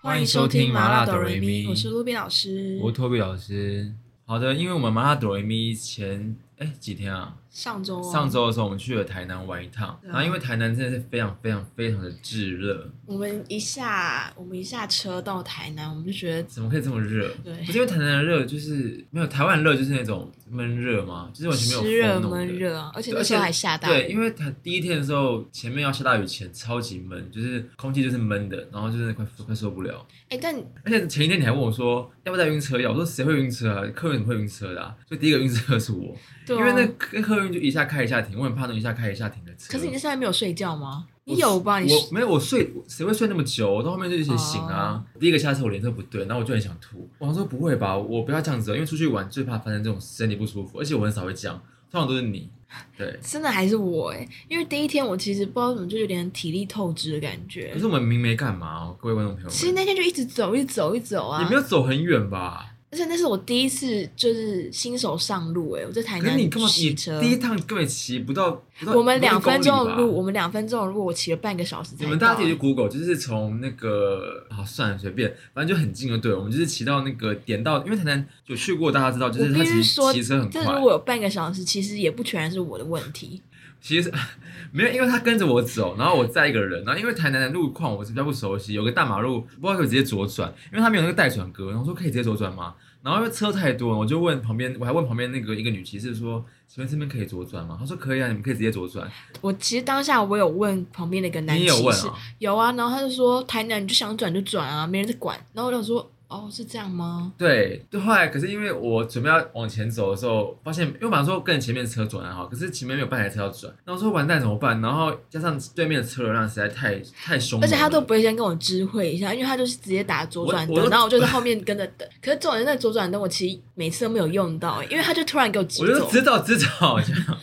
欢迎收听麻辣哆瑞咪我是卢比老师。我是托比老师。好的，因为我们麻辣哆来咪前哎几天啊，上周啊上周的时候我们去了台南玩一趟，对啊然后因为台南真的是非常非常非常的炙热，我们一下我们一下车到台南，我们就觉得怎么可以这么热？对不是因为台南的热就是没有台湾热就是那种闷热嘛，就是完全没有湿热风那种的闷热啊，而且对那时而候且还下大对，雨。因为它第一天的时候，前面要下大雨前超级闷，就是空气就是闷的，然后就是快快受不了。哎，但而且前一天你还问我说要不要带晕车药，我说谁会晕车啊？客人会晕车的、啊，所以第一个晕车的是我，对啊因为那客客运就一下开一下停，我很怕那种一下开一下停的车。可是你在上面没有睡觉吗？我你有吧？你我没有，我睡谁会睡那么久？我到后面就一直醒啊。哦第一个下车我脸色不对，然后我就很想吐。我想说不会吧，我不要这样子哦，因为出去玩最怕发生这种身体不舒服，而且我很少会这样，通常都是你。对，真的还是我哎，因为第一天我其实不知道怎么就有点体力透支的感觉可。是我们明没干嘛哦，各位观众朋友其实们，那天就一直走，一直走，一直走啊你没。有走很远吧？而且那是我第一次就是新手上路哎，我在台可是南你根本骑你车。第一趟根本骑不到，不到我们两不到一分钟公里的吧路，我们两分钟的路，我骑了半个小时才你到。们大家自己去 Google，就是从那个啊，算了，随便，反正就很近就对了。我们就是骑到那个点到，因为台南有去过，大家知道，就是我他必其须实说，骑车很这如快，果有半个小时，其实也不全然是我的问题。其实 没有，因为他跟着我走，然后我载一个人，然后因为台南的路况我是比较不熟悉，有个大马路，不知道可以直接左转，因为他没有那个待转格，然后我说可以直接左转吗？然后因为车太多了，我就问旁边，我还问旁边那个一个女骑士说，请问这边可以左转吗？她说可以啊，你们可以直接左转。我其实当下我有问旁边的一个男你骑也士，有问啊、有啊，然后他就说台南你就想转就转啊，没人在管。然后我就说哦，是这样吗？对，就后来可是因为我准备要往前走的时候，发现因为我本来说跟前面的车转还好，可是前面没有半台车要转，然后我说完蛋怎么办？然后加上对面的车流量实在太太凶猛而了，且他都不会先跟我知会一下，因为他就是直接打左转我我灯，都然后我 就在后面跟着等。可是重点是那左转灯我其实每次都没有用到、欸因为他就突然给我指我就走，直找直找，这样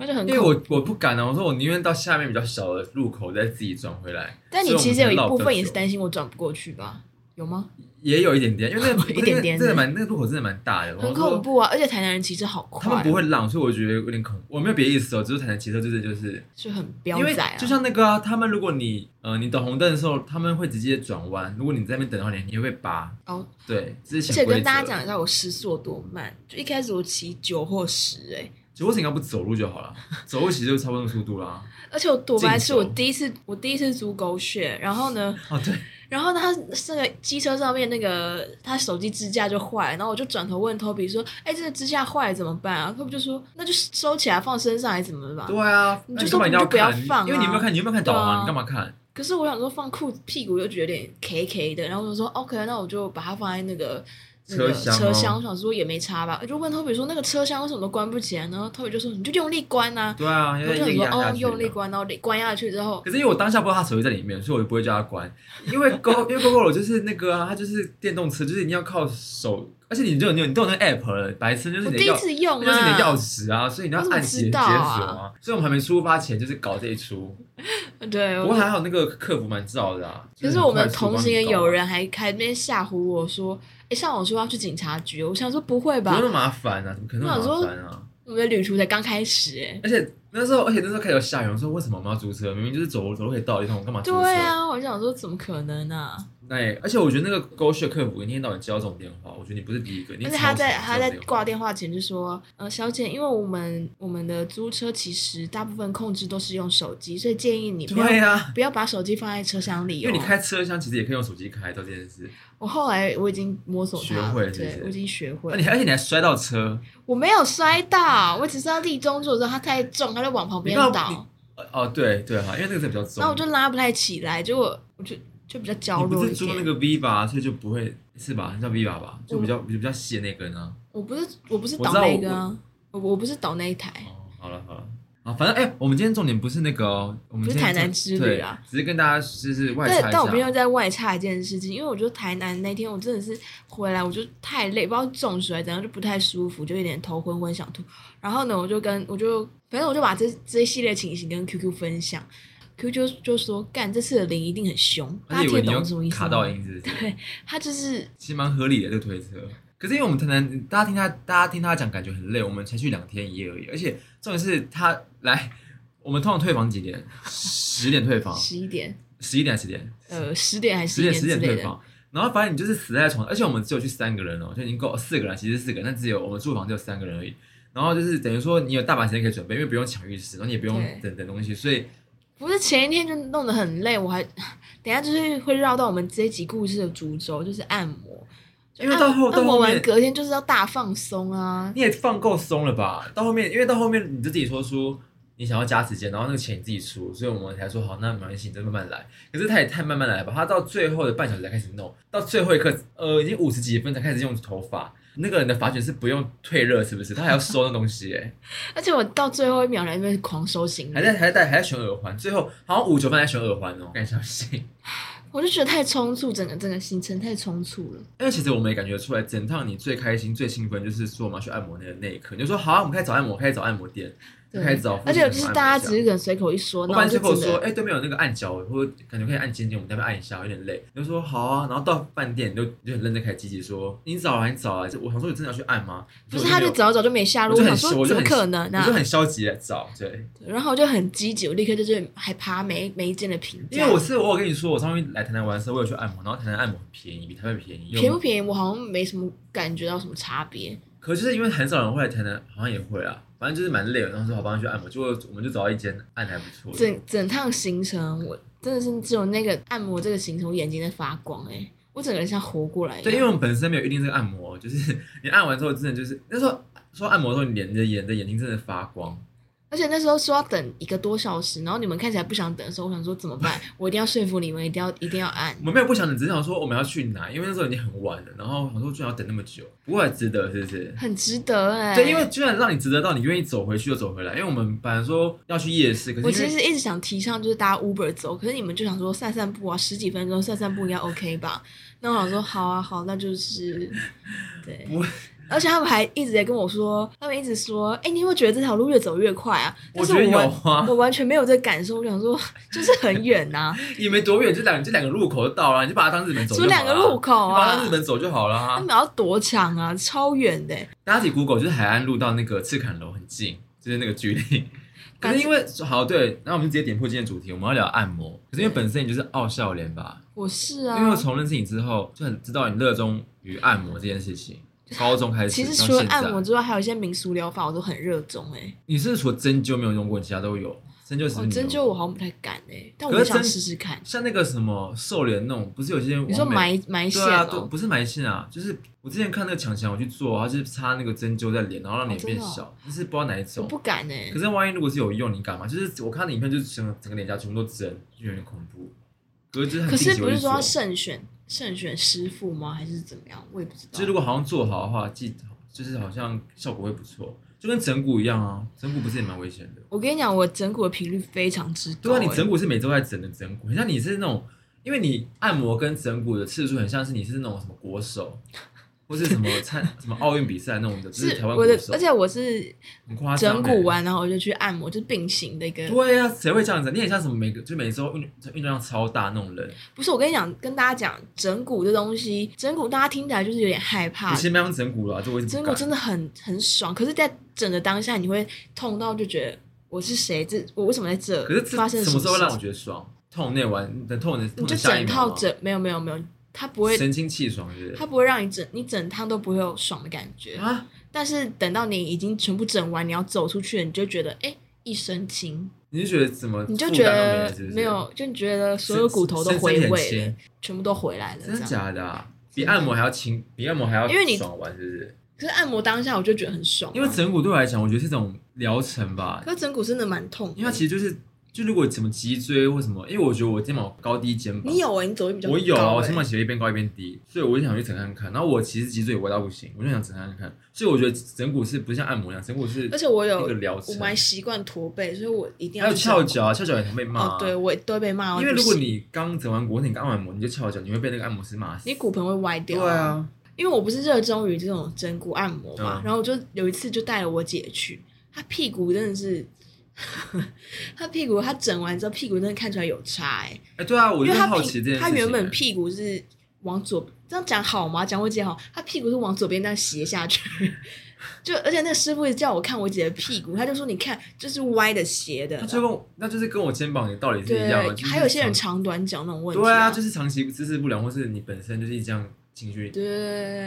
那就很因为恐怖。我我不敢啊，我说我宁愿到下面比较小的路口再自己转回来。但你所以我其们实有才一绕比部较分也久是担心我转不过去吧？有吗？也有一点点，因为那 个一点点那个真的蛮那个路口真的蛮大的，很我说恐怖啊！而且台南人骑车好快他哦、们不会让，所以我觉得有点恐怖。我没有别的意思哦，只是台南骑车就是就是就很彪因为仔啊，就像那个啊，他们如果你呃你等红灯的时候，他们会直接转弯。如果你在那边等的话，你你会被拔。哦，对，这是而潜且规则。跟大家讲一下，我时速有多慢。就一开始我骑九或十，哎，只不过你要不走路就好了， 走路其实就差不多那个速度啦。而且我多白痴，竞走我第一次我第一次租狗血，然后呢，哦， 对，然后呢，他那个机车上面那个他手机支架就坏了，然后我就转头问 Toby 说：“哎、这个支架坏了怎么办啊？”Toby 就说：“那就收起来放身上还是怎么吧对啊，你那就干嘛说一你定就不要看放啊因为你有没有看，你有没有看导对航？啊你干嘛看？？”可是我想说放裤屁股又觉得有点 K K 的，然后我就说 OK，那我就把它放在那个那个车厢哦车厢，我想说也没差吧。我就问 Toby 说那个车厢为什么都关不起来呢？Toby 就说你就用力关啊，对啊，因我为就想力说压下哦去用力了。关，然后关下去之后可是因为我当下不知道他手机在里面，所以我就不会叫他关。因为 Go 因为 GoGo 就是那个啊，它就是电动车，就是你要靠手，而且你就有你有你都有那个 app 了，白痴就是我你第要。一次用那就是你的钥啊，匙啊，所以你要我怎么按解知解锁道啊啊。所以我们还没出发前就是搞这一出，对。不过还好那个客服蛮照的啊。嗯可就是很我们快速帮同行你的搞友啊，人还还在那边吓唬我说，哎、像我说要去警察局，我想说不会不用吧那，么麻烦啊，怎么可能那我么想麻说烦啊？我们的旅途才刚开始、哎，而且那时候，而且那时候开始有下雨，我说为什么我们要租车？明明就是走路走路可以到的地方，我干嘛租车？对啊，我想说怎么可能啊？那也而且我觉得那个狗血客服一天到晚接到这种电话，我觉得你不是第一个，你而且超他在常接他到在这种挂电电话前就说，呃，小姐，因为我们我们的租车其实大部分控制都是用手机，所以建议你不话。对要。啊，不要把手机放在车厢里、哦，因为你开车厢其实也可以用手机开到这件事，我后来我已经摸索它学了，会了是不是对，我已经学会那了。啊你而且你还摔到车，我没有摔到，我只是要立中柱的时候，它太重，它就往旁边你干嘛倒，呃哦对对哈，因为那个车比较重。然后我就拉不太起来，结果我就就比较娇你不弱是一租那点。个 V 吧，所以就不会是吧？叫 V 吧吧，就比较嗯比较细的那根啊。我不是我不是我倒知道那我个啊，我我不是倒那一台，哦，好了好了。啊，反正哎、我们今天重点不是那个哦，我们不是今天台南重之旅啊对只是跟大家就是外但插一但我们下又。在外差一件事情，因为我觉得台南那天我真的是回来，我就太累，不知道中暑还是怎样，就不太舒服，就有点头昏昏想吐。然后呢，我就跟我就反正我就把这这一系列情形跟 QQ 分享，QQ 就就说干这次的零一定很凶，他大家以听为得你懂又我什么意思卡吗？ 到音是不是？对他就是其实蛮合理的这个推测。可是因为我们台南，大家听他，大家听他讲，感觉很累。我们才去两天一夜而已，而且重点是他来，我们通常退房几点？十点退房，十一点，十一点还是十点？呃，十点还啊十是点点十之点类退的，房。然后反正你就是死在床，而且我们只有去三个人哦，就已经够四个人，其实四个人，但只有我们住房只有三个人而已。然后就是等于说你有大把时间可以准备，因为不用抢浴室，然后你也不用对等等东西，所以不是前一天就弄得很累，我还 等一下就是会绕到我们这一集故事的主轴，就是按摩。就啊因为按到后到按摩后完面隔天就是要大放松啊，你也放够松了吧？到后面，因为到后面你就自己说出你想要加时间，然后那个钱你自己出，所以我们才说好，那没关系，你就慢慢来。可是他也太慢慢来了吧？他到最后的半小时才开始弄，到最后一刻，呃，已经五十几分才开始用头发。那个人的发卷是不用退热，是不是？他还要收那东西、欸，而且我到最后一秒来那边狂收行还李，在还在还在选耳环，最后好像五九分还选耳环哦，敢相信？我就觉得太匆促，整个整个行程太匆促了。因为其实我们也感觉出来，整趟你最开心、最兴奋就是说我们要去按摩那个那一刻，你就说好、啊，我们开始找按摩，开始找按摩店，就对开始找附而近且有我什就是么按摩店这样。大家只是可能随口一说，我然后本来就随口真说，的哎、对面有那个按脚，或者感觉可以按肩颈，我们再按一下，有点累。你就说好啊，然后到饭店你就你就很认真开始积极说，你早啊，你早啊，就我想说你真的要去按吗？不是他就就早早就没下我落，就我很想说我就怎么很可能我就呢？很消极的找，对，然后我就很积极，我立刻就是还爬每每一间的评价，因为我是我有跟你说，我上次来台南玩的时候，我有去按摩，然后台南按摩很便宜，比台北便宜，便不便宜我好像没什么感觉到什么差别。可就是因为很少人会来台南，好像也会啊，反正就是蛮累的，然后说好，帮你去按摩，结果我们就找到一间按的还不错的，整整趟行程，我真的是只有那个按摩这个行程，我眼睛在发光哎、我整个人像活过来一样。对，因为我们本身没有预定这个按摩，就是你按完之后，真的就是那时候说按摩的时候，你连着眼的眼睛真的发光。而且那时候说要等一个多小时，然后你们看起来不想等的时候，我想说怎么办？我一定要说服你们，一定要一定要按我。们没有不想等，只是想说我们要去哪，因为那时候已经很晚了，然后想说居然要等那么久，不过还值得，是不是？很值得哎、对，因为居然让你值得到你愿意走回去就走回来，因为我们本来说要去夜市，可我是其因为实一直想提倡就是搭 Uber 走，可是你们就想说散散步啊，十几分钟散散步应该 OK 吧？那我想说好啊好，那就是对不。而且他们还一直在跟我说，他们一直说，哎、你有没有觉得这条路越走越快啊？但是觉得有完啊 我，完全没有这个感受。我想说，就是很远啊呐、也没多远，就两就两个路口就到了，你就把它当日 本走只就有好了，两个路口你把它啊当日，本走就好了他啊们。要多长啊？超远的欸、大家自己 Google 就是海岸路到那个赤坎楼很近，就是那个距 离。可是因为好对，那我们直接点破今天的主题，我们要聊按摩。可是因为本身你就是傲笑脸吧，我是因为我啊。从认识你之后就很知道你热衷于按摩这件事情。高中开始，其实到除了现在按摩之外，还有一些民俗疗法，我都很热衷哎、你是不是除了针灸没有用过，你其他都有。针灸只是我你有哦针灸我好像不太敢哎、但我哦可很是想针试试看。像那个什么瘦脸那种，不是有些人你说埋埋线对啊，都哦、不是埋线啊，就是我之前看那个强强，我去做，他就是插那个针灸在脸，然后让脸哦真变的哦小，就是不知道哪一我种。不敢哎、可是万一如果是有用，你敢吗？就是我看的影片，就是整个整个脸颊全部都针，就有点恐怖。可是就是很可定是期不会是去说要做慎选慎选师傅吗？还是怎么样？我也不知就是如道。果好像做好的话，记就是好像效果会不错，就跟整骨一样啊，整骨不是也蛮危险的？我跟你讲，我整骨的频率非常之高、对啊，欸。你整骨是每周在整的整骨，很像你是那种，因为你按摩跟整骨的次数很像是你是那种什么国手，或是什么参 什么奥运比赛那种的，就是是台湾我国的，手而，且我是很夸张、整欸。骨完，然后我就去按摩，就是并行的一个。对呀、啊，谁会这样子？你很像什么每个就每周运运动量超大那种人，不是，我跟你讲，跟大家讲，整骨这东西，整骨大家听起来就是有点害怕你，先不要用整骨了，就我一直整不骨敢。真的很很爽，可是，在整的当下，你会痛到就觉得我是谁，这我为什么在这？可是发这生了什么时候会事让我情觉得爽？痛那完，等痛的你痛就的下一整秒啊套吗整没有没有没有，它不会，神清气爽，是不它不会让你整你整趟都不会有爽的感觉是？。啊，但是等到你已经全部整完，你要走出去了，你就觉得哎、一身轻，你就觉得怎么你就负觉担都没得了是不是没有，就你觉得所身有骨头都身身体回很味了轻，全部都回来了。这真的样，假的啊？比真的按摩还要轻，比按摩还要因为你爽玩，是不是？可是按摩当下我就觉得很爽啊、因为整骨对我来讲，我觉得是一种疗程吧，可是整骨真的蛮痛的，因为它其实就是就如果什么脊椎或什么，因为我觉得我肩膀高低肩膀你。有哎、你走的比较我有啊，高我欸肩膀其实一边高一边低，所以我就想去整看看。然后我其实脊椎也歪到不行，我就想整看看。所以我觉得整骨是不像按摩一样，整骨是而且我有一个疗我程，蛮习惯驼背，所以我一定还要有去翘整脚啊，翘脚也常被骂、哦啊。，对我也都会被骂到不因行，为如果你刚整完骨，你刚按完摩你就翘脚，你会被那个按摩师骂死。你骨盆会歪掉、对啊，因为我不是热衷于这种整骨按摩嘛，嗯然后我就有一次就带了我姐去，她屁股真的是， 她屁股她整完之后屁股真的看出来有差哎、哎、对啊，我因就为她好奇这件屁事情、啊欸她原本屁股是往左，这样讲好吗？讲我姐好，她屁股是往左边这样斜下去， 就而且那个师傅一直叫我看我姐的屁股，他就说你看就是歪的斜的那，就跟我那就是跟我肩膀的道理是一对样的，就是还有些人长长短脚那种问题、对啊，啊，就是长期姿势不良，或是你本身就是一直这样情绪。对，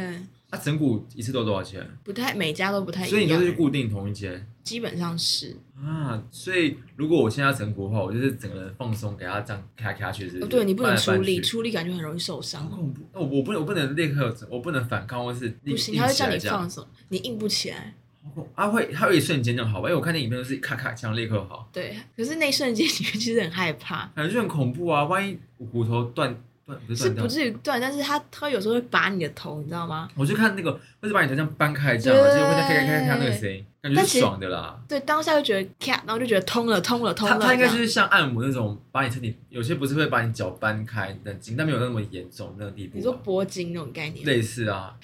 那、整骨一次都多少钱？不太每家都不太一样，欸所以你都是固定同一间基本上是，啊。所以如果我现在要整骨的话，我就是整个人放松，给他这样咔咔去，是不是哦对你不能出力，搬来搬去出力感觉很容易受好伤，哦恐怖！那我我不能我不能立刻，我不能反抗，或是立不立行，起他来会叫你这样。放松，你硬不起来。好恐啊会，它有一瞬间这样好吧？因为我看那影片都是咔咔这样立刻好，对，可是那一瞬间你会其实很害怕，感觉就很恐怖啊！万一我骨头断断不是是断掉不，至于断，但是他他有时候会拔你的头，你知道吗？我就看那个，或是把你头这样掰开这样，啊就是会再开开开开那个声音，感觉但其是实爽的啦。对，当下就觉得咔，然后就觉得通了，通了，通它了。它应该这就样是像按摩那种，把你身体有些不是会把你脚掰开的筋，但没有那么严重那种地步你说吧。脖颈那种概念。类似啊，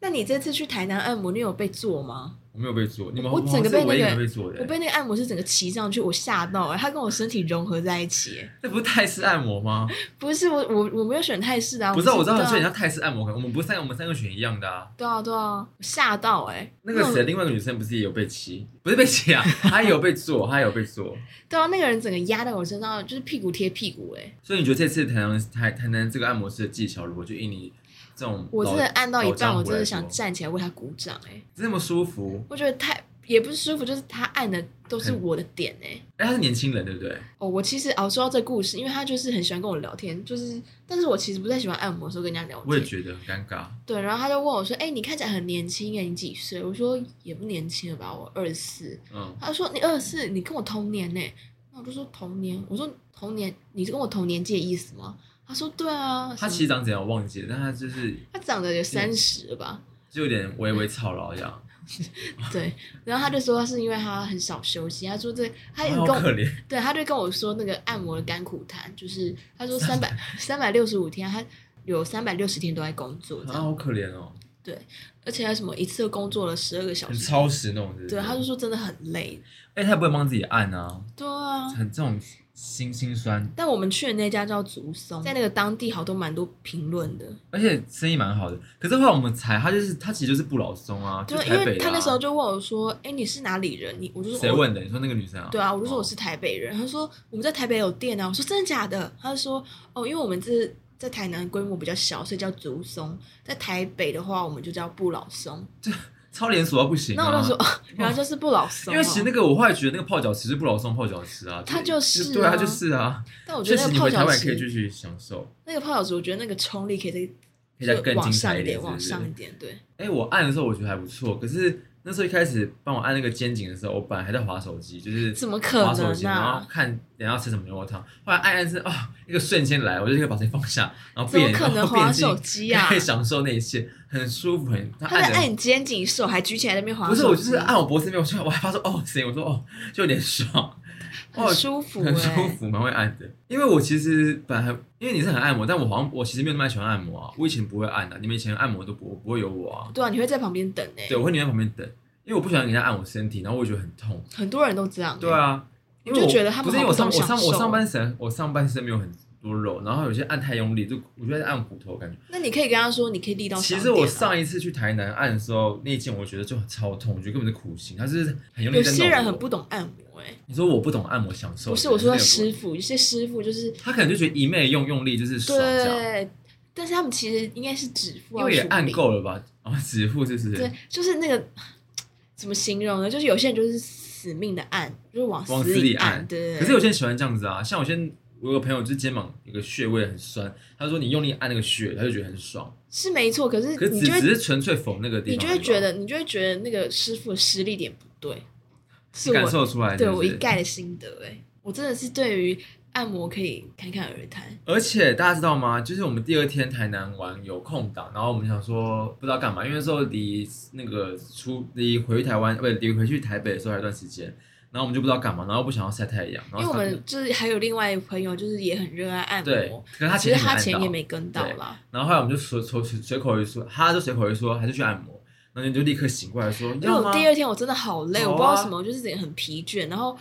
那你这次去台南按摩，你有被做吗？我没有被做，你们我好像整个是被唯一那个没被做的我欸，被那个按摩师整个骑上去，我吓到哎、他跟我身体融合在一起、欸。那不是泰式按摩吗？不是我我我没有选泰式的、啊，不知哦道，我们知道，所对以你啊像泰式按摩，可能我们不是三个，我们三个选一样的啊。对啊对啊，我吓到哎、那个谁，种另外一个女生不是也有被骑， 不是被骑啊，她也有被做，她也有被做。对啊，那个人整个压在我身上，就是屁股贴屁股哎、所以你觉得这次台南台台南这个按摩师的技巧如何？就以你这种我老真的按到一老江半，湖我真来的说想站起来为他鼓掌哎、这么舒服。我觉得太也不是舒服，就是他按的都是嗯我的点哎、哎，他是年轻人，对不对？哦，我其实哦，说到这故事，因为他就是很喜欢跟我聊天，就是，但是我其实不太喜欢按摩的时候跟人家聊天。我也觉得很尴尬。对，然后他就问我说：“哎、你看起来很年轻耶，欸你几岁？”我说：“也不年轻了吧，我二十四。嗯”，他说：“你二十四，你跟我同年呢。”那我就说：“同年。”我说：“同年，你是跟我同年纪的意思吗？”他说：“对啊。”他其实长怎样我忘记了，但他就是他长得有三十了吧？就有点微微操劳这样，对，然后他就说是因为他很少休息，他说这他哎也好跟我可怜。对，他就跟我说那个按摩的甘苦谈，就是他 说三百三百六十五天，他有三百六十天都在工作这啊，样，好可怜哦，而且还什么一次工作了十二个小很时，超时那种，是不是对，他就说真的很累，哎，他也不会帮自己按啊，对啊。很这种心心酸，但我们去的那家叫竹松，在那个当地好多蛮多评论的，而且生意蛮好的。可是后来我们才，他就是他其实就是不老松啊，就对，因台北为的啊他那时候就问我说：“哎、你是哪里人？”你我就说：“谁我问的？你说那个女生啊？对啊，我就说我哦是台北人。他说我们在台北有店啊。我说真的假的？他就说哦，因为我们这在台南规模比较小，所以叫竹松。在台北的话，我们就叫不老松。超连锁到不行、啊。那我就说，哦、原来就是不老松、哦。因为其实那个我后来觉得那个泡脚池是不老松泡脚池啊，它就是啊对啊，它就是啊。但我觉确得实那你个泡回台脚湾也可以继池，续享受，那个泡脚池，我觉得那个冲力可以可以再再更往精上彩一一点，是往不是？上一点，对。哎、我按的时候我觉得还不错，可是那时候一开始帮我按那个肩颈的时候，我本来还在划手机，就是怎么可能啊滑手机，然后看等一下要吃什么牛肉汤，后来按按是哦，一个瞬间来，我就立刻把手机放下，然后怎闭么眼，可能然后闭眼滑睛手机啊 可以享受那一切，很舒服，很他他在按按的。你肩颈，手还举起来在那边滑不是，手我就是机按我脖子那边，我 就我还发出哦声音，我说哦，就有 点爽，哦很舒服、欸，很舒服，蛮会按的。因为我其实本来很因为你是很按摩，但我好像我其实没有那么喜欢按摩啊。我以前不会按的、你们以前按摩都不不会有我啊。对啊，你会在旁边等哎、对，我会宁愿旁边等，因为我不喜欢给人家按我身体，然后我会觉得很痛。很多人都这样、欸对，啊，因为就我觉得他们不是因为好不我上懂我上享我受上半身我上半身没有很多肉，然后有些按太用力，就我觉得在按骨头感觉。那你可以跟他说，你可以力道小其一实点啊、我上一次去台南按的时候，那一件我觉得就很超痛，我觉得根本是苦行，他是很用啊力有在弄些人很我不懂按摩哎、你说我不懂按摩享受，不是我说那的个师傅，有些师傅就是他可能就觉得一昧用用力就是爽这样。对，但是他们其实应该是指腹因要为也处按理，够了吧？然后指腹就是对，就是那个 怎么形容呢？就是有些人就是死命的按，就是往往死死里里按对对对。可是有些人喜欢这样子啊，像有些我有个朋友就是肩膀有个穴位很酸，他说你用力按那个穴，他就觉得很爽。是没错，可是可是你只就只会是纯粹否那个你地方，就会觉得你就会觉得那个师傅的施力点不对，是你感我受出来对是我不是一概的心得哎、我真的是对于按摩可以侃侃而谈。而且大家知道吗？就是我们第二天台南玩有空档，然后我们想说不知道干嘛，因为那时候离那个出离回台湾，不是离回去台北的时候还有一段时间，然后我们就不知道干嘛，然后不想要晒太阳，然后因为我们就是还有另外一个朋友，就是也很热爱按对摩，，可是他其实前天他按钱到也没跟到啦。然后后来我们就随随随随口一说，他就随口一说，还是去按摩，然后你就立刻醒过来说，因为要我吗？第二天我真的好累，好啊我不知道什么，我就是整个很疲倦。然后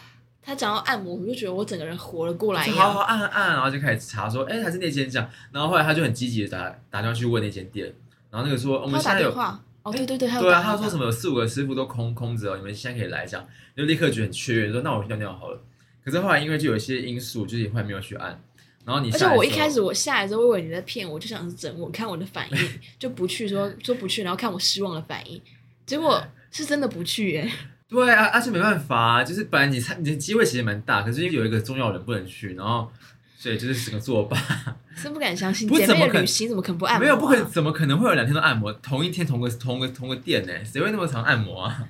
他讲到按摩，我就觉得我整个人活了过来一就好好啊样。按按，然后就开始查说，哎，还是那间这样。然后后来他就很积极的打打电话去问那间店，然后那个说我他们现打在电有话，哦，对对对，还有对啊，打他说什打么有四五个师傅都空空着哦，你们现在可以来这样，就立刻觉得很雀跃，说那我去尿尿好了。可是后来因为就有一些因素，就是你后来没有去按，然后你而且下来哦我的一时候开始我下来之后，我以为你在骗我，就想是整我，看我的反应，就不去说说不去，然后看我失望的反应，结果哎是真的不去欸耶、对啊，而且没办法、啊，就是本来你参你的机会其实蛮大，可是因为有一个重要人不能去，然后所以就是整个作罢。真不敢相信，不是姐怎么妹的可能旅行怎么可能不按摩、啊？没有不可能，怎么可能会有两天都按摩？同一天同个同个同个店呢、谁会那么常按 摩啊？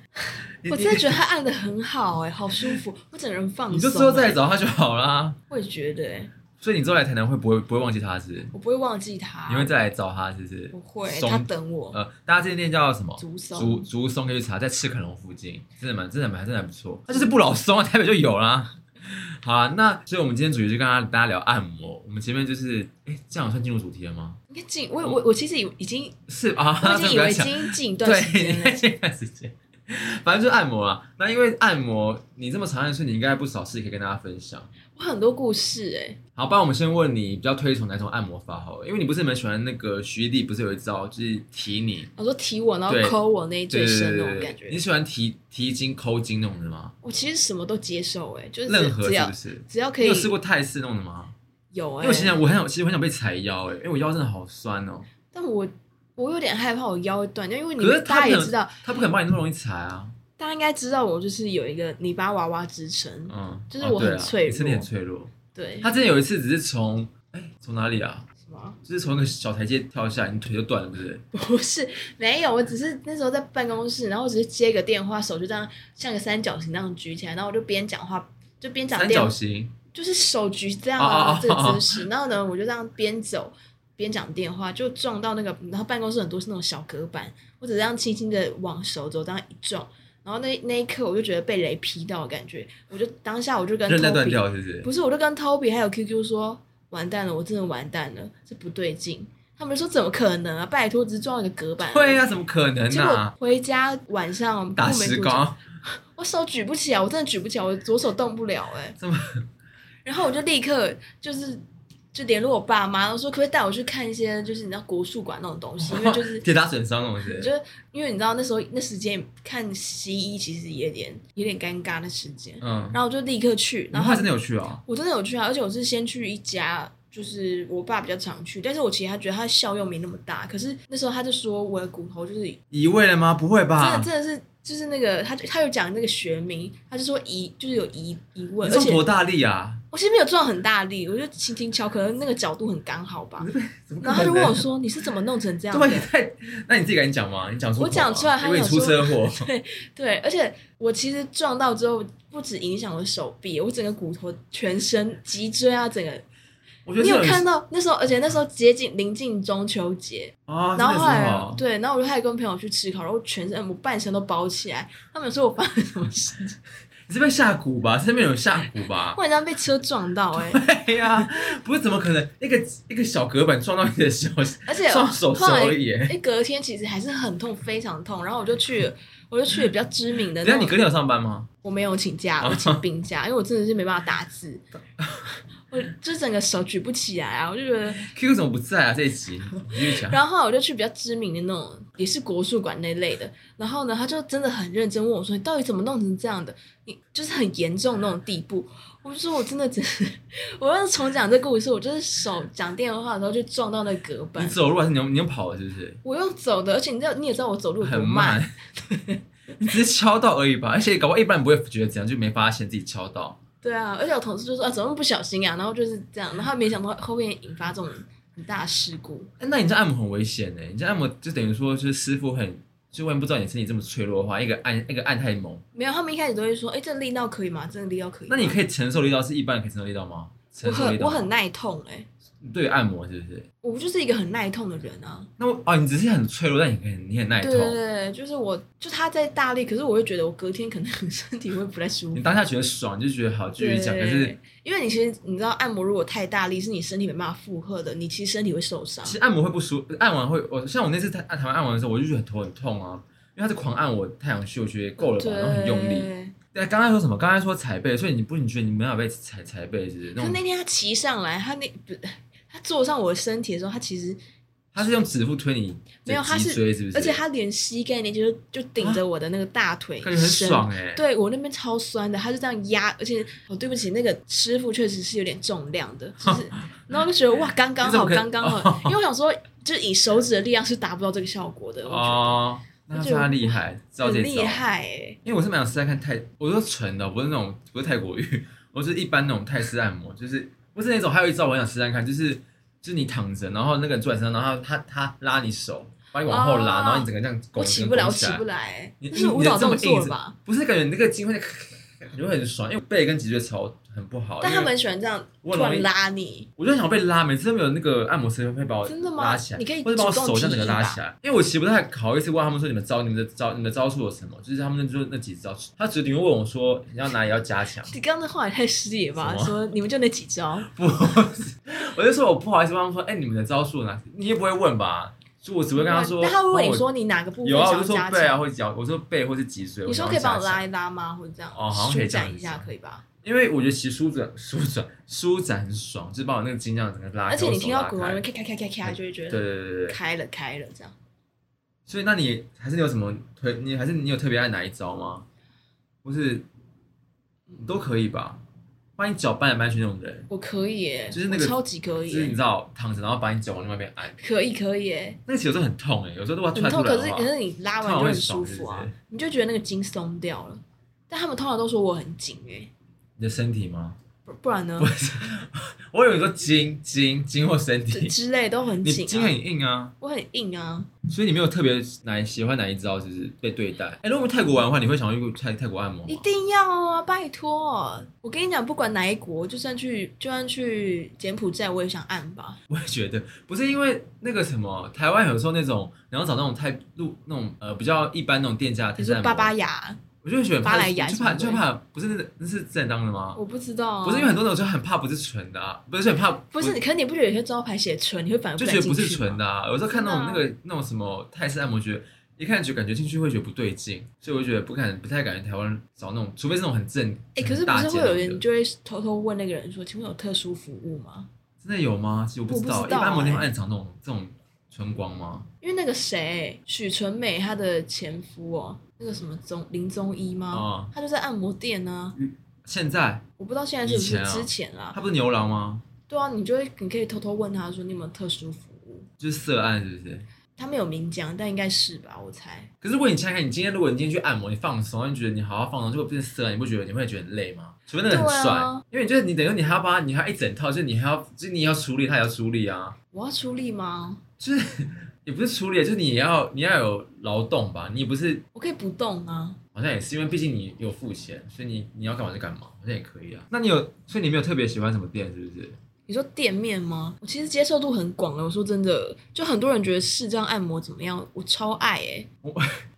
你我真的觉得他按的很好哎、好舒服，我整个人放松、欸你就之后再来，找他就好啦。我也觉得、哎，所以你之后来台南会不会不会忘记他是不是？我不会忘记他，你会再来找他是不是？不会松他等我、呃，大家这间店叫什么？竹松竹竹松可以去查，在赤肯龙附近，真的蛮真的蛮真的还不错。它就是不老松啊，台北就有啦。 好啊，那所以我们今天主题就跟大家大家聊按摩。我们前面就是，哎、这样有算进入主题了吗？应该进我我我其实已已 经是啊，我已经这以个不要为已讲经进一段时对，间你了看，这段时间，反正就是按摩啦。那因为按摩，你这么长按，所以你应该不少事可以跟大家分享。我很多故事哎、好，不然我们先问你比较推崇哪种按摩法好了？因为你不是蛮喜欢那个徐丽，不是有一招就是提你，我说提我然后对抠我那一对最对深那对种对感对，觉你，喜欢提提筋抠筋那种的吗？我其实什么都接受哎、就是任何只是要不是？只要可你以有试过泰式那种的吗？有因哎、为我想想，我很想，其实我很想被踩腰哎、因为我腰真的好酸哦、但我我有点害怕我腰会断掉，因为你可是大他家不也可知道能，，他不可能把你那么容易踩啊。大家应该知道我就是有一个泥巴娃娃支撑，嗯，就是哦我对很啊脆你身体很弱脆弱。对，他之前有一次只是从哎从哪里啊？什么？ 就是从一个小台阶跳下来，你腿就断了，对不对？不是，没有，我只是那时候在办公室，然后我只是接个电话，手就这样像个三角形那样举起来，然后我就边讲话就边讲三电角，形，就是手举这样哦哦啊哦这个姿势，然后呢我就这样边走边讲电话，就撞到那个，然后办公室很多是那种小隔板，我只是这样轻轻的往手肘这样一撞，然后那那一刻我就觉得被雷劈到的感觉，我就当下我就跟韧带 Toby 断掉，是不是？不是，我就跟 Toby 还有 QQ 说，完蛋了，我真的完蛋了，这不对劲。他们说怎么可能啊？拜托，只是撞一个隔板。对呀、怎么可能结果啊？回家晚上打过没石多久膏，我手举不起来，我真的举不起来，我左手动不了哎、这么 然后我就立刻就是就联络我爸妈，然后说可不可以带我去看一些就是你知道国术馆那种东西，因为就是。 跌打损伤那种我是觉不是。得，因为你知道那时候那时间看西医其实也有点有点尴尬的时间，嗯，然后我就立刻去，然然后后真的有去哦，我真的有去啊，而且我是先去一家，就是我爸比较常去，但是我其实他觉得他的效用没那么大。可是那时候他就说我的骨头就是真移位了吗？不会的吧？真的是就是那个他他有讲那个学名，他就说疑就是有疑疑问，你而中且多大力啊？我其实没有撞很大力，我就轻轻敲，可能那个角度很刚好吧。怎么可然能后他就问我说你是怎么弄成这样对的你？太……那你自己赶紧讲嘛，你讲出口啊我讲出来他因为你想出说车祸，对，而且我其实撞到之后，不止影响我手臂，我整个骨头、全身、脊椎啊，整个。我觉得你这有种看到那时候，而且那时候接近临近中秋节，啊，然后后真的是来哦对，然后我就还跟朋友去吃烤肉，全身我半身都包起来。他们说我发生什么事情，你是被下蛊吧？这边有下蛊吧我？好像被车撞到哎、 对呀、不是怎么可能？一个一个小隔板撞到你的手，而且撞手手后来而已耶。哎、隔天其实还是很痛，非常痛。然后我就去了，我就去了比较知名的等一那下你种隔，天有上班吗？我没有请假，我请病假，因为我真的是没办法打 字，我就整个手举不起来啊，我就觉得。 QQ 怎么不在啊？这一集你继续讲。然后后来我就去比较知名的那种，也是国术馆那类的。然后呢，他就真的很认真问我说：“你到底怎么弄成这样的？你就是很严重那种地步。”我就说：“我真的只是…… 我要是重讲这故事，我就是手讲电话的时候就撞到那隔你板，走路还是你用你用跑的，是不是？我又走的，而且你知道你也知道我走路有多很慢， 你只是敲到而已吧？而且搞不好一般人不会觉得怎样，就没发现自己敲到。对啊，而且我同事就说：“啊，怎么那么不小心啊？”然后就是这样，然后没想到后面引发这种很大的事故。哎那你这按摩很危险呢、欸你这按摩就等于说就是师傅很，就万一不知道你身体这么脆弱的话，一个按一个按太猛，没有，他们一开始都会说：“哎，这力道可以吗？这个力道可以吗？”那你可以承受力道是一般人可以承受力道吗？我承受力很道我很耐痛哎、对于按摩是不是？我就是一个很耐痛的人啊，那我哦，你只是很脆弱，但你很你很耐对对痛，对，就是我，就他在大力，可是我会觉得我隔天可能 身体会不太舒服你。当下觉得爽你就觉得好继续讲，可是对因为你其实你知道，按摩如果太大力，是你身体没办法负荷的，你其实身体会受伤其。实按摩会不舒服，按完会我像我那次台台湾按完的时候，我就觉得很头很痛啊，因为他是狂按我太阳穴，我觉得够了吧，对，然后啊很用力。对，刚才说什么？刚才说踩背，所以你不你觉得你没有被踩踩背是不是？可那是种那天他骑上来，他那不，他坐上我的身体的时候，他其实他是用指腹推你的没有他脊是椎，是不是？而且他连膝盖那就是就顶着我的那个大腿感觉啊很伸爽哎、对我那边超酸的，他就这样压，而且哦，对不起，那个师傅确实是有点重量的，就是， 然后就觉得哇，刚刚你怎好，么可以刚刚 好，因为我想说，就是以手指的力量是达不到这个效果的，我觉哦，那他就算他厉害，知得很道这厉招。害欸因为我是蛮想试探看泰，我说纯的，不是那种不是泰国浴， 我是一般那种泰式按摩，就是不是那种。还有一招我很想试探看，就是就是你躺着，然后那个人坐在身上，然后他他他拉你手，把你往后拉，哦然后你整个这样拱，我起不了，我起不了。来欸，你这你是舞你的蹈这么动硬作是吧？不是感觉你那个筋会那 个感觉会很爽，因为背跟脊椎超很不好。但因他为们很喜欢这样我突很容易然拉你，我就想被拉，每次都没有那个按摩师会把我真的吗拉起来，你可以或者把我主动手这样提整个议吧拉起来，因为我其实不太好意思问他们说你们招你们的招你们的招数有什么，就是他们就那几招，他只顶多问我说你要哪里要 加强，你刚刚的话也太失礼了吧？什么说你们就那几招，不是，我就说我不好意思问他们说，哎、你们的招数哪？你也不会问吧？所以我只会跟他说，那他会问帮你我说你哪个部分嗯有啊，想我要就说加背啊强？或者脚，我说背或是脊椎，你说我可以帮想要我加强拉一拉吗？或者这样哦好像可舒以这样展一子啊下，可以吧？因为我觉得其实舒展舒展舒展很爽，就是把我那个筋这样整个拉开，而且你听到我手拉鼓楼那开边咔咔咔咔咔，就会觉对得对对对对。开了开了这样。所以，那你还是你有什么推？你还是你有特别爱哪一招吗？不是，都可以吧？把你脚搬来搬去那种人，我可以耶，就是那个我超级可以就是你耶，知道躺着，然后把你脚往另外一边按，可以可以耶，那个其实有时候很痛哎、有时候如果很突然痛，出来可的是话可，是你拉完就突然会很舒爽服是啊不是，你就觉得那个筋松掉了。但他们通常都说我很紧哎，你的身体吗？不不然呢不是，我以为你说筋筋筋 或身之体，之类都很你紧筋啊，很硬啊，我很硬啊。所以你没有特别哪一喜欢哪一招，就是被对待。哎、如果我们泰国玩的话，你会想要去泰泰国按摩一吗？定要啊！拜托，我跟你讲，不管哪一国，就算去就算去柬埔寨，我也想按吧。 我也觉得，不是因为那个什么，台湾有时候那种，你要找那种泰路那种呃比较一般那种店家的泰你式说按巴摩，巴雅，我就会觉得很巴怕，莱雅就怕什就么鬼怕不是那个那是正当的吗？我不知道啊。不是因为很多那种就很怕不是纯的、啊，不是很怕不是，可是你不觉得有些招牌写纯，你会反而就敢觉得进不是去吗嗯纯的、啊。有时候看那种那真的个那种什么泰式按摩，觉得一看就感觉进去会觉得不对劲，所以我就觉得不敢不太敢去台湾找那种，除非是那种很正。哎、可是很不大是间会的有人就会偷偷问那个人说：“请问有特殊服务吗真的有吗？其实我不知道，我不知道一般按摩店会哎暗藏那种这种春光吗？？”因为那个谁，许纯美她的前夫哦，那个什么宗林宗一吗？哦他就在按摩店呢、现在我不知道现在是不以前是啊之前啦。他不是牛郎吗？对啊，你就会你可以偷偷问他说：“你有没有特殊服务就是色暗是不是？？”他没有明讲，但应该是吧，我猜。可是如果你想想看，你今天如果你今天去按摩，你放松，你觉得你好好放松，结果变色，你不觉得你会觉得很累吗？除非那个很帅，对啊因为你就是你等于你还要帮他，你还要一整套，就是你还要，就是你要处理，他也要处理啊，我要出力吗？就是也不是处理，啊就是你也要你要有劳动吧，你也不是我可以不动啊。好像也是，因为毕竟你有付钱，所以你你要干嘛就干嘛，好像也可以啊。那你有，所以你没有特别喜欢什么店，是不是？你说店面吗？我其实接受度很广的。我说真的，就很多人觉得视障按摩怎么样，我超爱哎、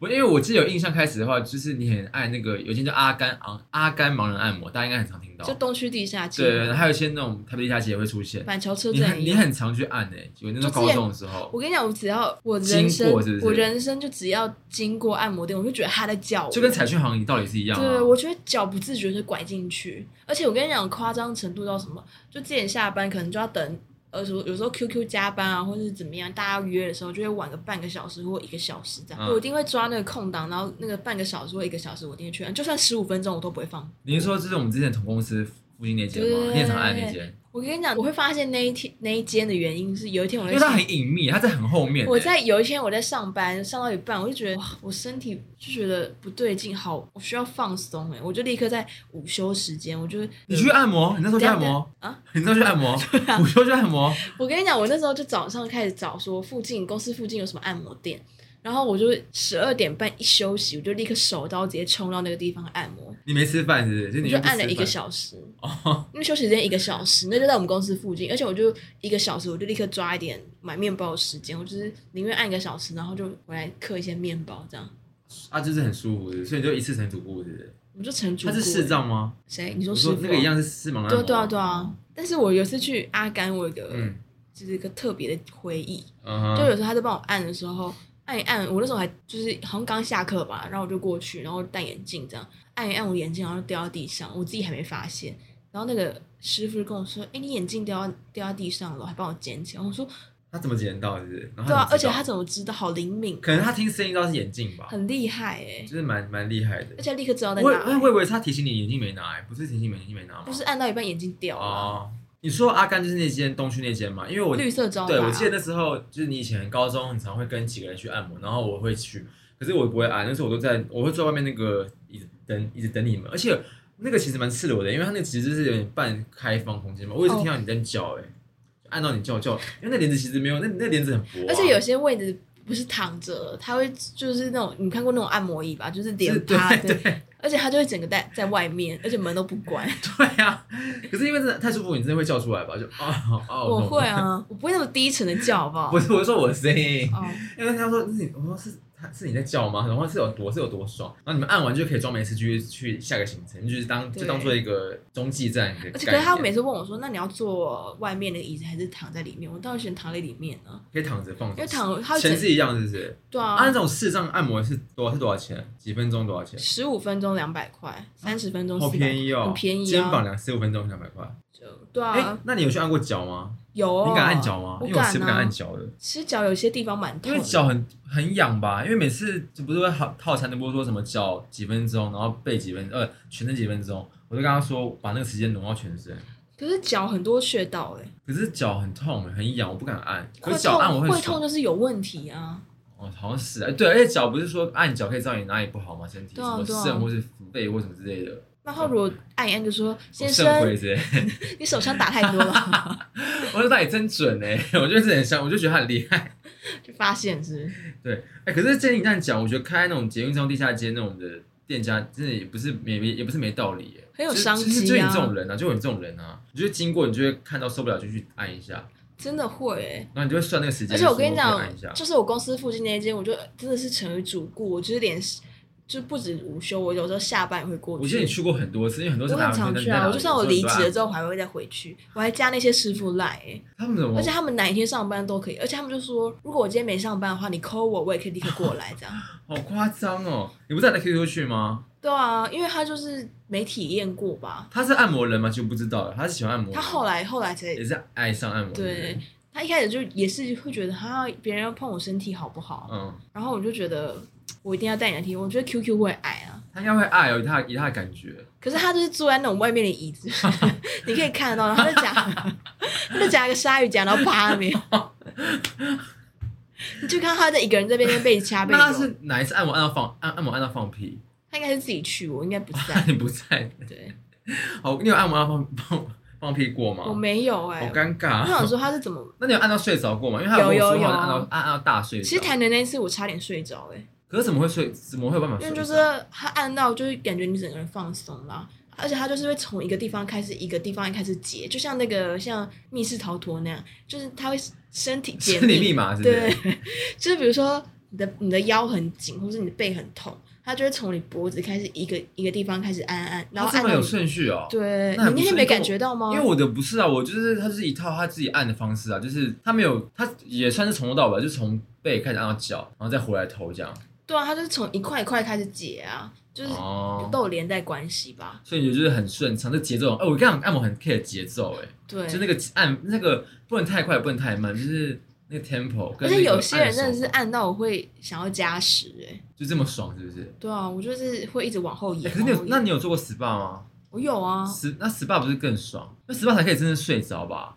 我因为我记得有印象开始的话，就是你很爱那个有一间叫阿甘昂阿甘盲人按摩，大家应该很常听到就。东区地下街。哦对，还有一些那种台北地下街也会出现。板桥车你站很一你样。很常去按诶、有那啊就种之高前中的时候，我跟你讲，我只要我人生经过是不是我人生就只要经过按摩店，我就觉得他在叫我，就跟彩券行道理是一样、啊。对，我觉得脚不自觉的拐进去，而且我跟你讲，夸张程度到什么，就之前下班可能就要等，呃，有有时候 QQ 加班啊，或者是怎么样，大家约的时候就会晚个半个小时或一个小时这样，嗯我一定会抓那个空档，然后那个半个小时或一个小时我一定会去按，就算十五分钟我都不会放你是说这是我们之前同公司附近那间吗？对你也常按那间，我跟你讲，我会发现那一天那一间的原因是有一天我在因为它上很隐秘，它在很后面、欸我在有一天我在上班，上到一半，我就觉得哇，我身体就觉得不对劲，好，我需要放松哎，我就立刻在午休时间，我就你去嗯按摩，你那时候去按摩啊？你那时候去按 摩，午休去按摩，我跟你讲，我那时候就早上开始找说附近公司附近有什么按摩店，然后我就十二点半一休息，我就立刻手刀直接冲到那个地方按摩，你没吃饭是不是？就我你就又不吃按了一个饭小时，哦，因为休息时间一个小时，那就在我们公司附近，而且我就一个小时，我就立刻抓一点买面包的时间，我就是宁愿按一个小时，然后就回来嗑一些面包这样。啊，就是很舒服，是不是所以你就一次成主顾，是不是？我就成主它顾是视欸障吗？谁？你说我师说傅？那个一。样是视盲按摩，对啊对啊对啊！但是我有一次去阿甘，我有个、嗯就是一个特别的回忆，嗯就有哼，时候他在帮我按的时候，按一按，我那时候还就是好像刚下课吧，然后我就过去，然后戴眼镜这样按一按我眼镜，然后就掉到地上，我自己还没发现。然后那个师傅就跟我说：“哎，你眼镜掉到掉到地上了，还帮我捡起来。”我说：“他怎么检验到？就是，然后对啊，而怎且么啊知他道怎么知道？好灵敏，可能他听声音知道是眼镜吧，很厉害哎、就是蛮蛮厉害的而。且立刻知道在我以哪，我以为是他提醒你眼镜没拿、欸，不是提醒你眼镜没拿吗？不是按到一半眼睛掉了，哦，你说阿甘就是那间东区那间嘛？因为我绿色招牌啊、对我记得那时候就是你以前高中很常会跟几个人去按摩，然后我会去，可是我不会按，那时候我都在，我会坐在外面那个椅子等，一直等你们，而且那个其实蛮赤裸的，因为它那个其实是有点半开放空间嘛，我也是哦听到你在叫哎、欸按到你叫叫，因为那帘子其实没有，那那帘子很薄啊、而且有些位置不是躺着，他会就是那种你看过那种按摩椅吧，就是是连对趴对的，而且他就会整个在在外面，而且门都不关。对啊，可是因为真的太舒服，你真的会叫出来吧？就哦哦，我会啊，我不会那么低沉的叫，好不好？不是我是说我的声音，哦，因为他说是你，我说是他是你在叫吗？然后是有多是有多爽，然后你们按完就可以装没事继续去下个行程，就是当对就当做一个中继站的概念。而且可是他每次问我说，那你要坐外面那个椅子还是躺在里面？我当然选躺在里面啊，可以躺着放松，因为躺他会钱整是一样，是不是？对啊，那啊，种视障按摩是多是多少钱？几分钟多少钱？十五分钟两百块，三十分钟好四百便，宜哦，很便宜啊肩膀两十五分钟两百块。就对哎、啊，那你有去按过脚吗？有哦你敢按脚吗？我因为我是不敢啊按，脚的，其实脚有些地方蛮因痛为的，脚很很痒吧。因为每次就不是会套套餐的播说什么脚几分钟，然后背几分呃全身几分钟，我就跟他说把那个时间挪到全身。可是脚很多穴道哎。可是脚很痛，很痒，我不敢按。可会是脚按我痛会痛爽。就是有问题啊，哦，好像是哎，对，而且脚不是说按脚可以知道你哪里不好吗？身体什对啊么对啊肾或是肺或什么之类的，那他如果按一按就说先肾生亏，之类的。 你手枪打太多了， 我说那你真准哎，我觉得这很像，我就觉得他很厉害。就发现是不是对，哎，可是建议你这样讲，我觉得开那种捷运站地下街那种的店家，真的也不是没也不是没道理耶，很有就是商就是就机你啊这种人啊，就你这种人啊，你就经过你就会看到受不了就去按一下，真的会、欸。然后你就会算那个时间，而且我说跟你可以按一下讲，就是我公司附近那一间，我就真的是成为主顾，我就是连就不止午休，我有时候下班也会过去。我记得你去过很多次，因为很多次我拿很完常就去在啊，哪我里就算我所以离你都职按了之后还会再回去，我还加那些师傅赖、欸，他们怎么？而且他们哪一天上班都可以，而且他们就说，如果我今天没上班的话，你 call 我，我也可以立刻过来这样。 好夸张哦！你不是带 QQ 去吗？对啊，因为他就是没体验过吧，他是按摩人吗？就不知道了。他是喜欢按摩人，他后来后来才也是爱上按摩。对，，他一开始就也是会觉得哈，别人要碰我身体好不好？嗯，然后我就觉得我一定要带你来听，我觉得 QQ 会矮啊。他应该会爱哦，以他以他的感觉，可是他就是坐在那种外面的椅子， 你可以看得到，然后他 就夹，他就夹一个鲨鱼夹，然后趴那边， 你就看到他在一个人这边被掐被那他揉。是哪一次按摩按到放按按摩按到放屁？ 他应该是自己去，我应该不在。你不在，对，哦，你有按摩按到放 放放屁过我吗？没有哎、好尴我尬。想说他是怎么？ 那你有按到睡着过吗？因为他有跟我有有说有啊好像按到按按到大睡着。其实台南那一次我差点睡着哎、可是怎么会睡？怎么会有办法因睡为着？就是 他按到，就是感觉你整个人放松啦，而且他就是会从一个地方开始，一个地方开始解，就像那个像密室逃脱那样，就是他会身体解是你密码是不对是？，就是比如说你的你的腰很紧，或是你的背很痛，他就会从你脖子开始一个一个地方开始按按，然他后这按么到有你顺序哦。对，你那那还不错天因为没感我觉到吗？因为我的不是啊，我就是他就是一套他自己按的方式啊，就是他没有，他也算是从头到尾，就从背开始按到脚，然后再回来头这样。对啊，他就是从一块一块开始解啊，就是哦，都有连带关系吧？所以你就是很顺畅，这节奏。哎、我跟你讲，按摩很 care 节奏、对哎，，就那个按那个不能太快，不能太慢，就是那个 tempo 而跟那且个有些人真按的手是按到我会想要加时哎、就这么爽，是不是？对啊，我就是会一直往后哎延。可是你有往后那延你有做过 SPA 吗？我有啊，十那 SPA 不是更爽？那 SPA 才可以真正睡着吧？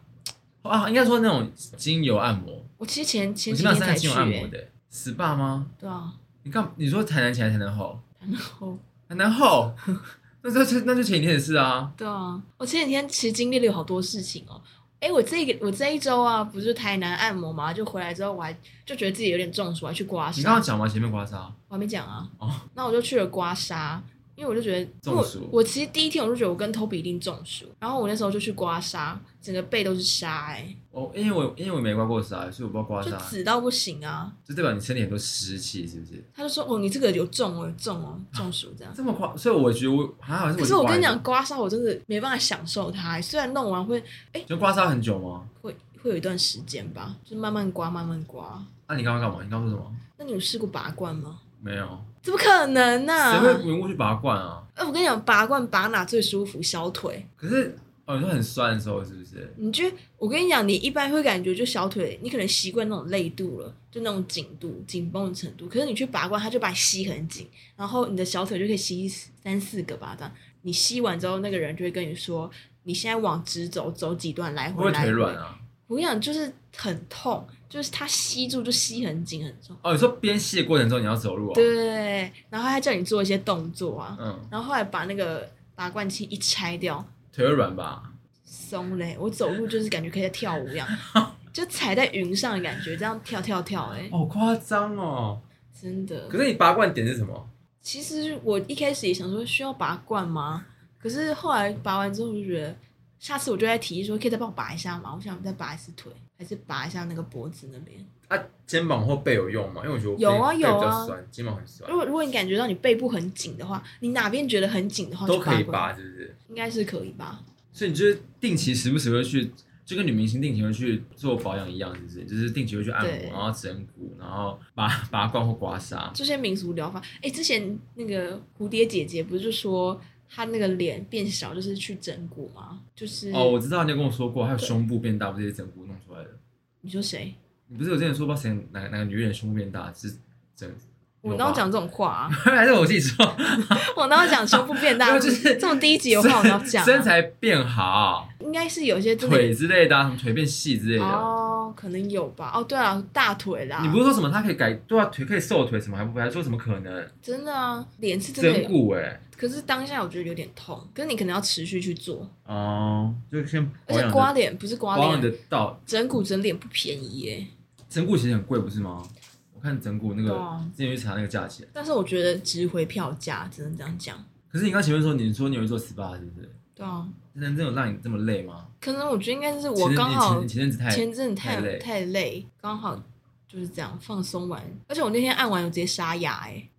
啊，应该说那种精油按摩，我其实前前我几基本天上是才精去、油按摩欸，的、哎 SPA 吗？对啊，哦你干？你说台南前还是台南后？然后然后， 那这这那就前几天的事啊。对啊，我前几天其实经历了有好多事情哦。哎，我这个我这一周啊，不是台南按摩嘛，就回来之后，我还就觉得自己有点中暑，我还去刮你刚痧刚。讲吗？前面刮痧，我还没讲啊，哦那我就去了刮痧，因为我就觉得中暑因为我我其实第一天我就觉得我跟 Toby 一定中暑，然后我那时候就去刮痧，整个背都是痧、欸，我哦因为我因为我没刮过痧，所以我不知道刮就痧，紫到不行啊。就代表你身体很多湿气，是不是？他就说：“哦，你这个有中哦，有中哦，中暑这样。”这么夸，所以我觉得我啊还好是我。可是我跟你讲，，刮痧我真的没办法享受它，虽然弄完会就刮痧很久吗？会会有一段时间吧，就是慢慢刮，慢慢刮。那、啊你刚刚干嘛？你刚刚说什么？那你有试过拔罐吗？没有，怎么可能呢、谁会啊？闻过去拔罐啊？哎，我跟你讲，拔罐拔哪最舒服？小腿，可是哦，你说很酸的时候是不是？你就我跟你讲，你一般会感觉就小腿，你可能习惯那种累度了，就那种紧度、紧绷的程度。可是你去拔罐，它就把你吸很紧，然后你的小腿就可以吸三四个巴掌。你吸完之后，那个人就会跟你说，你现在往直走，走几段来会不回会来腿回。软啊？我跟你讲，就是很痛，就是它吸住就吸很紧很重。哦，你说边吸的过程中你要走路啊？对，然后他叫你做一些动作啊，嗯，然后后来把那个拔罐器一拆掉，腿会软吧？松嘞，我走路就是感觉可以在跳舞一 样，就踩在云上的感觉，这样跳跳跳、欸，哎、好夸张哦！真的可。是你拔罐点是什么？其实我一开始也想说需要拔罐吗？可是后来拔完之后，我就觉得下次我就在提议说，可以再帮我拔一下吗？我想再拔一次腿，还是拔一下那个脖子那边。啊，肩膀或背有用吗？因为我觉得我背有啊背有比较啊酸，肩膀很酸如，果如果你感觉到你背部很紧的话，你哪边觉得很紧的话，都就可以过来拔，是不是？应该是可以吧？所以你就是定期时不时会去，就跟女明星定期会去做保养一样，是不是？就是定期会去按对摩，然后整骨，然后拔拔罐或刮痧。这些民俗疗法，哎、之前那个蝴蝶姐姐不是就说她那个脸变小就是去整骨吗？就是哦，我知道你有跟我说过，还有胸部变大，不是也是整骨弄出来的？你说谁？你不是有之前说，不知道谁哪哪个女人胸部变大是整？我有哪有吧讲这种话啊？ 还是我自己说，我哪有讲胸部变 没大？有就 是这种低级的话，我哪有讲、啊？身材变好，应该是有一些真的腿之类的、啊，什么腿变细之类的。哦，可能有吧。哦，对啊，大腿啦，你不是说什么它可以改对啊，腿可以瘦腿什么，还不还说什么可能真的啊，脸是真的整有，骨哎、欸、可是当下我觉得有点痛，可是你可能要持续去做，哦，就先而保且养刮啊的脸不是刮保养脸，的到整骨整脸不便宜耶。整骨其实很贵不是吗？我看整骨那个对啊之前去查那个价钱，但是我觉得值回票价，只能这样讲。可是你刚前面说你说你有去做 SPA 是不是？对啊，能真的有让你这么累吗？可能我觉得应该是其我实刚你好前前阵子太前阵子太太累太累，刚好就是这样放松完，而且我那天按完我直接沙哑哎、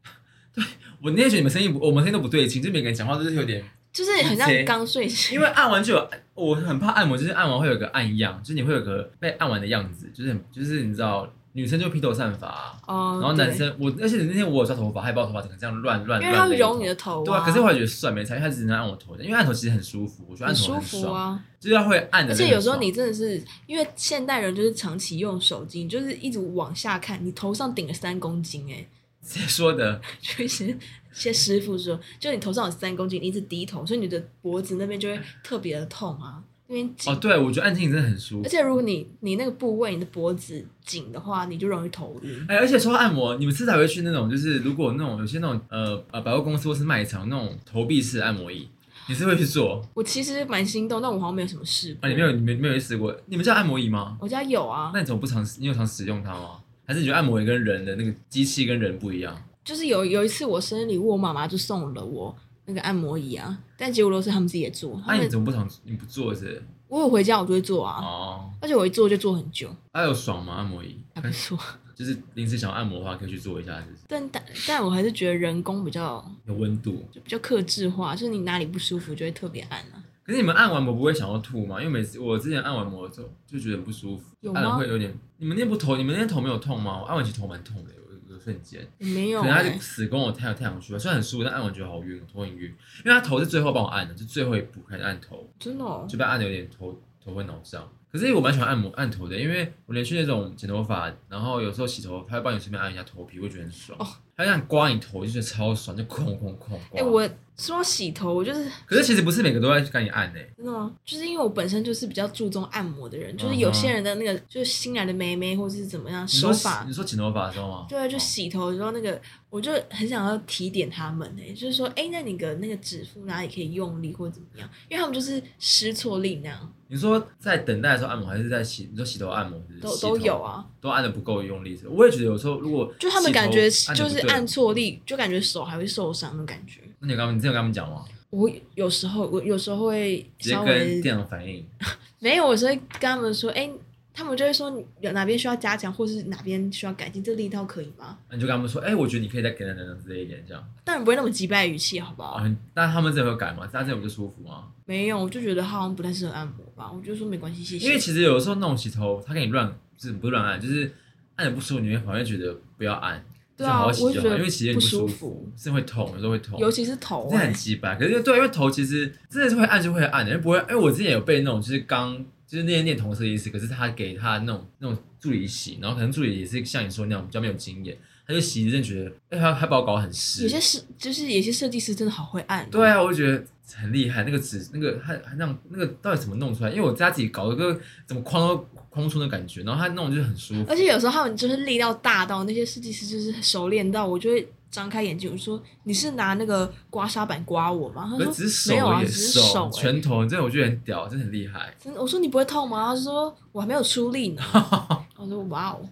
我那天觉得你们声音不，我们声音都不对劲，就每个人讲话都是有点，就是很像刚睡醒，因为按完就有，我很怕按摩，就是按完会有个按样，就是你会有个被按完的样子，就是很就是你知道，女生就披头散发、啊哦，然后男对，生我，而且那天我有抓头发，还把我头发整个这样乱乱因为乱他会勒一通，揉你的头、对啊，可是我还觉得算没差，因为他只能按我头的，因为按头其实很舒服，我觉得按很头舒很服爽，啊，就是要会按的而人很爽。且有时候你真的是因为现代人就是长期用手机，你就是一直往下看，你头上顶了三公斤哎、谁 说的？哦就是一些师傅说，就你头上有三公斤，你一直低头，所以你的脖子那边就会特别的痛啊，那边紧哦，对，我觉得按听真的很舒而服。且如果你你那个部位你的脖子紧的话，你就容易头晕。哎，而且说到按摩，你们是不是还会去那种，就是如果那种有些那种呃呃百货公司或是卖场那种投币式按摩椅，你是会去做？我其实蛮心动，但我好像没有什么试过。啊，你没有，你没没有试过？你们叫按摩椅吗？我家有啊，那你怎么不常？你有常使用它吗？还是你觉得按摩椅跟人的那个机器跟人不一样？就是有有一次我生日礼物，我妈妈就送了我那个按摩椅啊，但结果都是他们自己也做。那、他啊你们怎么不常？你不做是不是？我有回家我就会做啊，哦，而且我一做就做很久，还、有爽吗？按摩椅还不错。就是临时想要按摩的话，可以去做一下，就是但但但我还是觉得人工比较有温度。就比较克制化，就是你哪里不舒服就会特别按啊。可是你们按完摩不会想要吐吗？因为每次我之前按完摩的时候就觉得很不舒服，有吗按了会有点。你们那不头，你们那头没有痛吗？我按完其实头蛮痛的，有有有瞬间，也没有、可能他欸就，死跟我太阳太阳穴吧，虽然很舒服，但按完觉得好晕，头很晕。因为他头是最后帮我按的，就最后一步开始按头，真的、哦。就被按的有点头头昏脑胀。可是我蛮喜欢按摩按头的，因为我连去那种剪头发，然后有时候洗头，他会帮你顺便按一下头皮，我会觉得很爽。哦他这样刮你头就觉得超爽，就哐哐哐哎、刮。我说到洗头，我就是可是其实不是每个都在跟你按诶、真的吗？就是因为我本身就是比较注重按摩的人，就是嗯哼有些人的那个就是新来的妹妹或者是怎么样你手说法，你说剪头发的时候吗？对，啊就哦洗头的时候那个，我就很想要提点他们哎、就是说，哎、那你的那个指腹哪里可以用力或者怎么样？因为他们就是失错力那样，你说在等待的时候按摩，还是在洗？你说洗头按摩是不是都洗头都有啊。都按的不够用力是不是我也觉得有时候如果就他们感觉洗头就是得不对按，错力，就感觉手还会受伤的感觉。那你有跟他们，你真的有跟他们讲吗？我有时候我有时候会直接稍跟微店长反映，没有，我是会跟他们说，哎、他们就会说你有哪边需要加强，或是哪边需要改进，这力道可以吗？那你就跟他们说，哎、我觉得你可以再给等等等之类一点这样。当然不会那么急败语气，好不好？啊，但他们真的会改吗？但这样不就舒服吗？没有，我就觉得他好像不太适合按摩吧。我就说没关系，谢谢。因为其实有时候那种洗头，他给你乱，就是不是乱按，就是按的不舒服，你会反而觉得不要按。对就好啊，好我洗就就觉好，得因为洗也不舒服，，是会痛，有时候会痛，尤其是头、真的欸，很鸡掰。可是对，因为头其实真的是会按就会按的，因为不会，因为我之前也有被那种就是刚就是那些念同事的意思，可是他给他那种那种助理洗，然后可能助理也是像你说那样比较没有经验，他就洗真的觉得，哎、他他把我搞得很湿有。些设就是有些设计师真的好会按，哦对，啊，我就觉得很厉害，那个纸那个他他那样那个到底怎么弄出来？因为我在家自己搞了个怎么框都框不出那感觉，然后他弄就是很舒服而。且有时候他们就是力道大到那些设计师就是熟练到，我就会张开眼睛，我说你是拿那个刮痧板刮我吗？他可是说只是没有手啊，也只是手、欸，拳头，真的我觉得很屌，真的很厉害。真的，我说你不会痛吗？他说我还没有出力 呢。我说哇哦，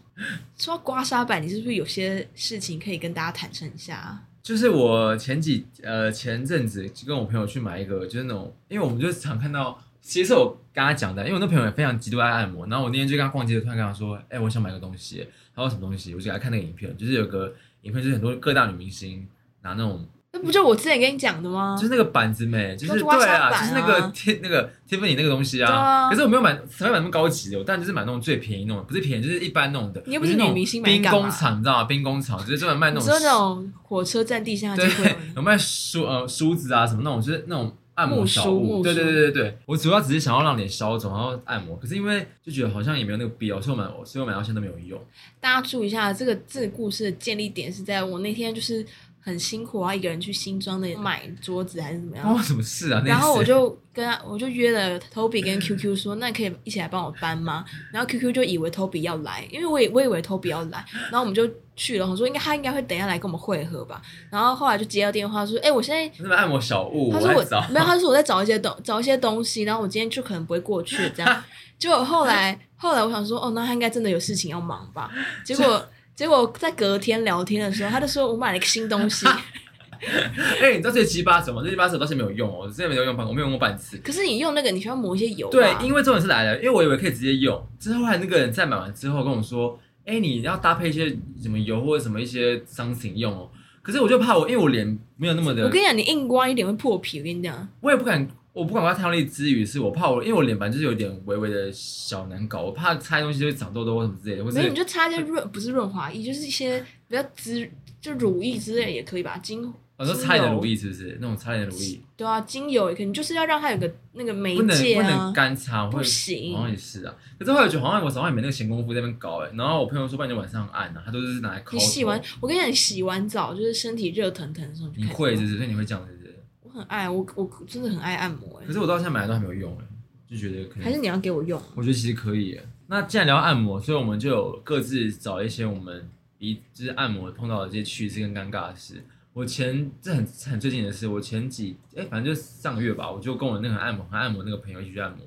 说到刮痧板，你是不是有些事情可以跟大家坦诚一下啊？就是我前几呃前阵子就跟我朋友去买一个，就是那种，因为我们就常看到，其实我跟他讲的，因为我那朋友也非常极度爱按摩，然后我那天就跟他逛街，突然跟他说，哎、我想买个东西，他说什么东西，我就给他看那个影片，就是有个影片，就是很多各大女明星拿那种，那不就我之前跟你讲的吗就？是那个板子没，就是就是挖对沙板啊，就啊是那个贴那个 Tiffany 那个东西对啊，啊可是我没有买，才买那么高级的，我当然就是买那种最便宜那种，不是便宜就是一般那种的，你又不是我就那种女明星买兵干嘛工厂，你知道吗？兵工厂就是专门卖那你种说那种啊火车站地下就会有对， 有卖梳呃梳子啊什么那种，就是那种按摩小木梳物。木对对梳对对对，我主要只是想要让脸消肿，然后按摩。可是因为就觉得好像也没有那个必要，所以我买，所以我买到现在都没有用。大家注意一下，这个这个故事的建立点是在我那天就是很辛苦啊，一个人去新庄的买桌子还是怎么关我样。什么事啊？那然后我次就跟他我就约了 Toby 跟 QQ 说，那可以一起来帮我搬吗？然后 QQ 就以为 Toby 要来，因为我也我以为 Toby 要来，然后我们就去了。我说应该他应该会等一下来跟我们会合吧。然后后来就接到电话说，哎、我现在那是按摩小物，他我说我在找。没有，他说我在找一些东找一些东西，然后我今天就可能不会过去这 样。结果后来后来我想说，哦，那他应该真的有事情要忙吧？结果结果在隔天聊天的时候，他就说我买了一个新东 西， 哎、你知道这鸡巴手吗？这鸡巴手到现在没有用哦，我之前没有用半，我没有用过半次。可是你用那个你需要抹一些油吧，对，因为重点是来了，因为我以为可以直接用，之后后来那个人在买完之后跟我说，哎、你要搭配一些什么油或者什么一些 something 用哦。可是我就怕我，因为我脸没有那么的，我跟你讲，你硬刮一点会破皮，我跟你讲，我也不敢，我不敢把它太用力之余，是我怕我，因为我脸盘就是有点微微的小难搞，我怕擦东西就会长痘痘或什么之类的，或没有你是就擦一些润不是润滑液，就是一些比较滋就乳液之类也可以吧，精我说擦一点乳液是不是？那种擦一点乳液，对啊，精油也可以，你就是要让它有个那个媒不能介不能啊，干擦，会不行好像也是啊。可是后来我觉得好像我早上也没那个闲工夫在那边搞哎、欸然后我朋友说，不然你就晚上按啊，他都是拿来抠。你洗完，，我跟你讲，你洗完澡就是身体热腾腾的时候，你你就开始会按是不是？所以你会这样是不是？我很爱我，我真的很爱按摩哎欸可、是我到现在买的都还没有用哎、就觉得可能还是你要给我用？啊我觉得其实可以耶。那既然聊按摩，所以我们就有各自找一些我们一就是按摩碰到的这些趣事跟尴尬的事。我前这很很最近的事，我前几哎、反正就上个月吧，我就跟我那个按摩很按摩那个朋友一起去按摩，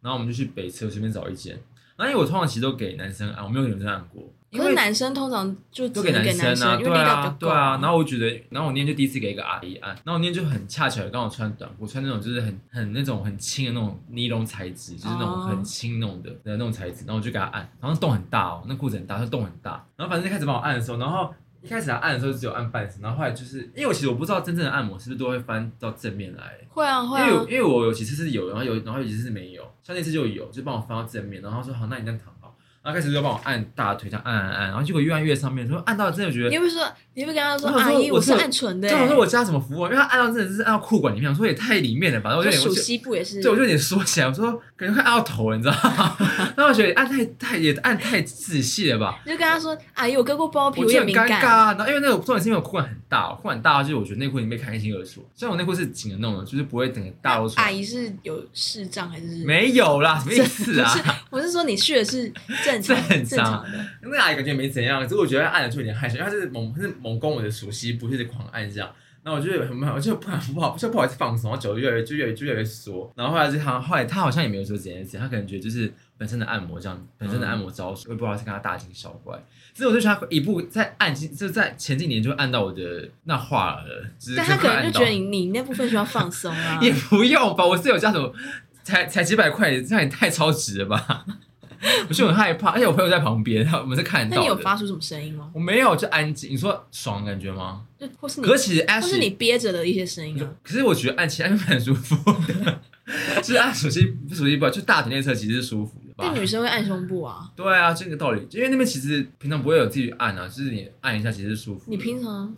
然后我们就去北车随便找一间。然后因为我通常其实都给男生按，我没有给女生按过，因可是为男生通常就只都能男给生生，啊，因对为力道比较啊，够对啊。然后我觉得，然后我那天就第一次给一个阿姨啊按，然后我那天就很恰巧刚好穿短裤，穿那种就是很很那种很轻的那种尼龙材质，就是那种哦很轻那种的的那种材质，然后我就给她按，然后洞很大哦，那裤子很大，她洞很大，然后反正就开始帮我按的时候，然后。一开始她按的时候只有按半身，然后后来就是因为我其实我不知道真正的按摩是不是都会翻到正面来，会啊会因为啊我，因为我有几次是有，然后有然后有几次是没有，像那次就有，就帮我翻到正面，然后他说好，那你这样躺好，然后开始就帮我按大腿，这样按按按，然后结果越按越上面，说按到真的觉你会得，不会说，你会不会跟他说，我想阿说姨，我是是按唇的、对，欸，我说我加什么服务啊，因为他按到真的是按到裤管里面，我说也太里面了吧，然后我就欸就有点数西部也是，对，我就有点缩起来，我说感觉快按到头了，你知道吗？ 然后我觉得按太太也按太仔细了 吧。你就跟他说，阿姨，我割过包皮，我我就也很敏尴尬感，啊，然后因为那个重点是因为我裤管很大，裤管很大，就是我觉得内裤已经被看一清二楚。虽然我内裤是紧的那种的，就是不会整个大露出阿来。姨是有视障还是？没有啦，什么意思 啊？不是，我是说你去的是正常正常常的，那个阿姨感觉没怎样，只是我觉得她按了就有点害羞，因为她是猛，她是猛攻我的熟悉，不是狂按这样。然后我就很不好，我就不敢不好，就不好意思放松，然后久了越来越就越来越就越来越缩。然后后来就她后来她好像也没有说这件事，她可能觉得就是本身的按摩这样，本身的按摩招数，我也不知道是跟她大惊小怪。所以我就觉得她一步在按进，就在前几年就按到我的那话了，只是但他可能按就到，觉得你你那部分需要放松啊 也不用吧，我是有加什么，才才几百块，这样也太超值了吧。 我就很害怕，而且我朋友在旁边，他我们是看得那到你的。有发出什么声音吗？我没有，就安静。你说爽的感觉吗？就或是你可是其实或是 Ashley，你憋着的一些声音啊，可是我 啊觉得按其实按蛮舒服的，就是按手心不熟悉不，就大腿内侧其实是舒服的。吧但？女生会按胸部啊，对啊，这个道理，因为那边其实平常不会有自己按啊，就是你按一下其实是舒服你的。平常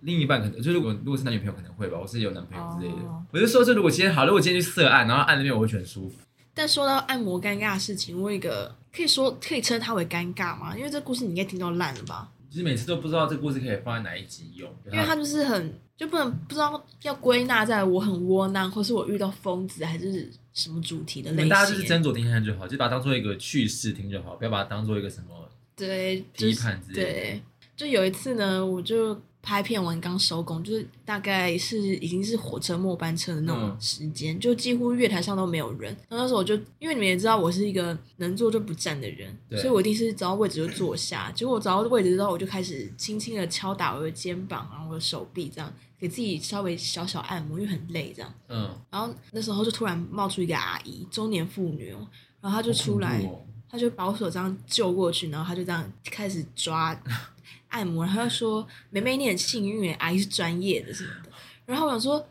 另一半可能就是如果如果是男女朋友可能会吧，我是有男朋友之类的。哦我就说，就如果今天好，如果今天去色按，然后按那边我会觉得很舒服。但说到按摩尴尬的事情，我有一个可以说可以称它为尴尬吗？因为这故事你应该听到烂了吧？就是每次都不知道这个故事可以放在哪一集用，因为它就是很就不能不知道要归纳在我很窝囊，或是我遇到疯子还是什么主题的你类们型。大家就是斟酌听看就好，就把它当做一个趣事听就好，不要把它当做一个什么。对，就批是判之类的对，就有一次呢，我就拍片完刚收工，就是大概是已经是火车末班车的那种嗯时间，就几乎月台上都没有人。然后那时候我就，因为你们也知道我是一个能坐就不站的人，对所以我一定是找到位置就坐下。结果我找到位置之后，我就开始轻轻的敲打我的肩膀，然后我的手臂，这样给自己稍微小小按摩，因为很累这样。嗯，然后那时候就突然冒出一个阿姨，中年妇女哦，然后她就出来。好恐怖哦他就把我手这样救过去，然后他就这样开始抓 按摩，然后他就说：“妹妹你很幸运耶，阿姨是专业的什么的。”然后我想说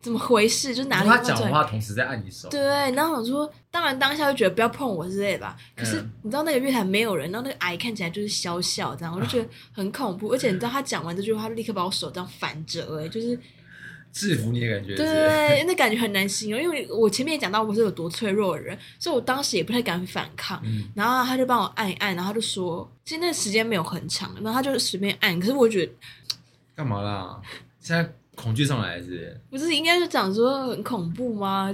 怎么回事，就哪里他会讲专业话同时在按你手，对，啊然后我想说，当然当下就觉得不要碰我之类的吧。可是嗯你知道那个月台没有人，然后那个阿姨看起来就是笑笑这样，我就 觉得很恐怖。而且你知道他讲完这句话，他立刻把我手这样反折，哎，就是制服你的感觉。是不是，对，啊那感觉很难形容。因为我前面也讲到我是有多脆弱的人，所以我当时也不太敢反抗。嗯，然后他就帮我按一按，然后他就说，其实那时间没有很长，然后他就随便按，可是我觉得干嘛啦？现在恐惧上来是不是不是应该是讲说很恐怖吗？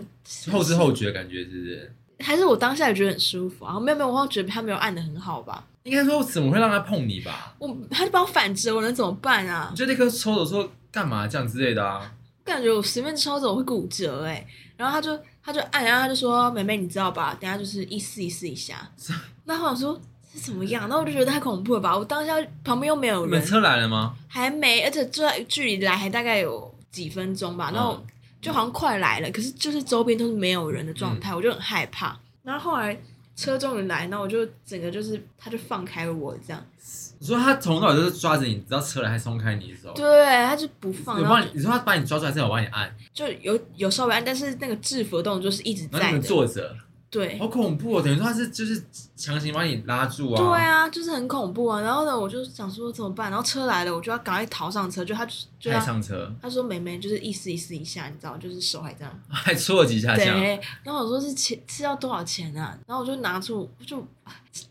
后知后觉的感觉是不是？还是我当下也觉得很舒服啊？没有没有，我好像觉得他没有按的很好吧？应该说怎么会让他碰你吧？我他就帮我反折，我能怎么办啊你？就立刻抽走说干嘛这样之类的啊？感觉我随便抽走我会骨折哎、然后他就他就按，然后他就说：“妹妹，你知道吧？等一下就是一试一试一 下。是”那我想说是怎么样？那我就觉得太恐怖了吧？我当下旁边又没有你们人，车来了吗？还没，而且就在距离来还大概有几分钟吧，嗯然后就好像快来了，可是就是周边都是没有人的状态，我就很害怕。然后后来车终于来，然后我就整个就是他就放开我这样，你说他从头到尾都是抓着你，直到车来还松开你的手。对，啊他就不放，有然后帮你，你说他把你抓住还是有帮你按？就有有稍微按，但是那个制服的动作是一直然后在你们的，坐着，对。啊好恐怖哦！等于说他是就是强行把你拉住啊。对啊，就是很恐怖啊。然后呢，我就想说怎么办？然后车来了，我就要赶快逃上车。就他就就还他上车，他说妹妹就是意思意思一下，你知道，就是手还这样还戳了几下这样。对，然后我说是钱是要多少钱啊？然后我就拿出，就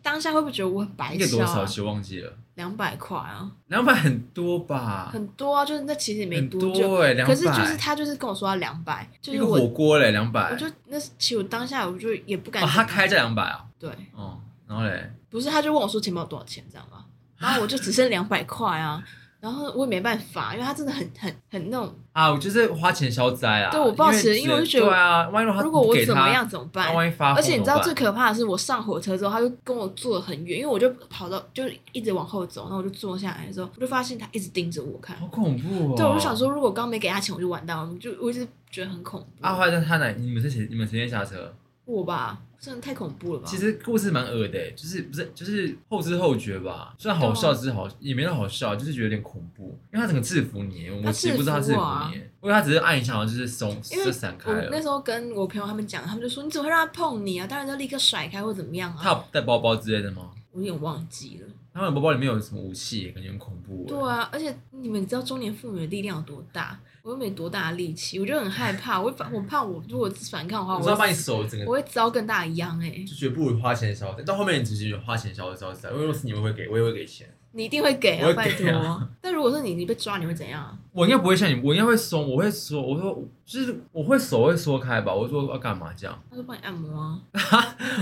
当下会不会觉得我很白一个痴多啊少？？其实忘记了，两百块啊，两百很多吧？很多啊，就是那其实也没很多久，多哎、欸，两可百。是就是他就是跟我说要两百，就一是个我火锅嘞，两百。我就那其实我当下我就也不敢、哦，他开价两百啊。对，哦，然后嘞，不是他就问我说钱包多少钱这样嘛，然后我就只剩两百块啊。然后我也没办法，因为他真的很很很那种，啊，我就是花钱消灾啊。对我抱持因因为我就觉得对啊，万一他如果我不给他怎么样，怎么办那？万一发疯而且你知道最怎么可怕的是，我上火车之后，他就跟我坐得很远，因为我就跑到就一直往后走，然后我就坐下来的时候，我就发现他一直盯着我看办。好恐怖哦。对，我就想说，如果刚没给他钱，我就完蛋了，我就我一直觉得很恐怖。啊，后来在他哪？你们是谁？你们谁先下车？我吧，真的太恐怖了吧？其实故事蛮恶的欸、就是不是就是后知后觉吧？虽然好笑之好，也没到好笑，就是觉得有点恐怖，因为他整个制服你，我他其实不知道他制制服服啊你，因为他只是按一下，然后就是松因为就散开我那了。时候跟我朋友他们讲，他们就说你怎么会让他碰你啊？当然就立刻甩开或怎么样他啊？有带包包之类的吗？我有点忘记了。他们包包里面有什么武器耶？感觉很恐怖。欸对，啊，而且你们知道中年妇女的力量有多大？我又没多大的力气，我就很害怕，我会反我怕我如果反抗的话，我我知道把你会手整个我会遭更大的殃哎、就觉得不如花钱消费，到后面你只是觉得花钱消消费，因为如果是你们会给，我也会给钱。你一定会给我啊，会拜给托。啊 但如果是你，你被抓，你会怎样啊？我应该不会像你，我应该会松，我会说，我说就是我会手会缩开吧，我会说要干嘛这样，他说帮你按摩啊，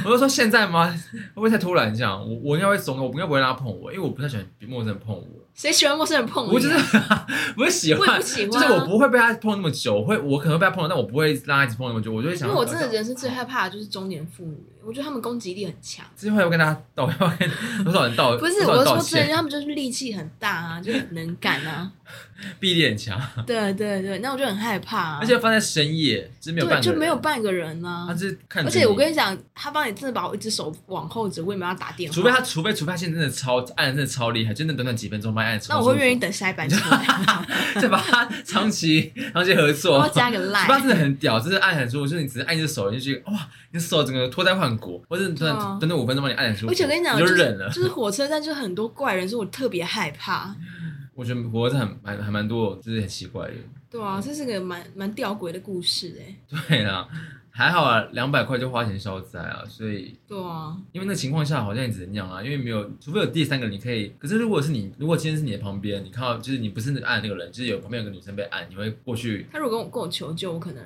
我就说现在吗？会不会太突然这样？我我应该会松，我应该不会让他碰我，因为我不太喜欢陌生人碰我，谁喜欢陌生人碰你啊、我就是不是喜我也欢不，喜就欢啊、是我不会被他碰那么久，我会我可能会被他碰到，但我不会让他一直碰那么久，我就会想因要，为我真的人生最害怕的就是中年妇女，我觉得她们攻击力很强。之后要跟他道，要 跟多少人道，不是，多少我人是道说真歉 的，她们就是力气很大啊，就很能干啊。 b d 力很强，对对对，那我就很害怕、啊，而且放在深夜，就是没有对半个就人没有半个人呢、他是看着而你，且我跟你讲，他帮你真的把我一只手往后折，我也没有要打电话，除非他，除非除非他现在真的超按得真的超厉害，真的短短几分钟把你按得超那我会舒服愿意等下一班车， 再把它 长期长期合作然后。加个 十八 line。真的很屌，真的按很舒服，就是你只是按一只手，你就觉得哇，你的手整个脱胎换骨，或者对啊短短短五分钟把你按很舒服，而且我跟你讲，就是忍了。就是火车站就很多怪人，所以我特别害怕。我觉得活着很蛮还蛮多，就是很奇怪的。对啊，这是个蛮蛮吊诡的故事哎、对啦，还好啊，两百块就花钱消灾啊，所以对啊，因为那情况下好像也只能那样啊，因为没有，除非有第三个人你可以。可是如果是你，如果今天是你的旁边，你看到就是你不是按那个人，就是有旁边有个女生被按，你会过去，他如果跟我跟我求救，我可能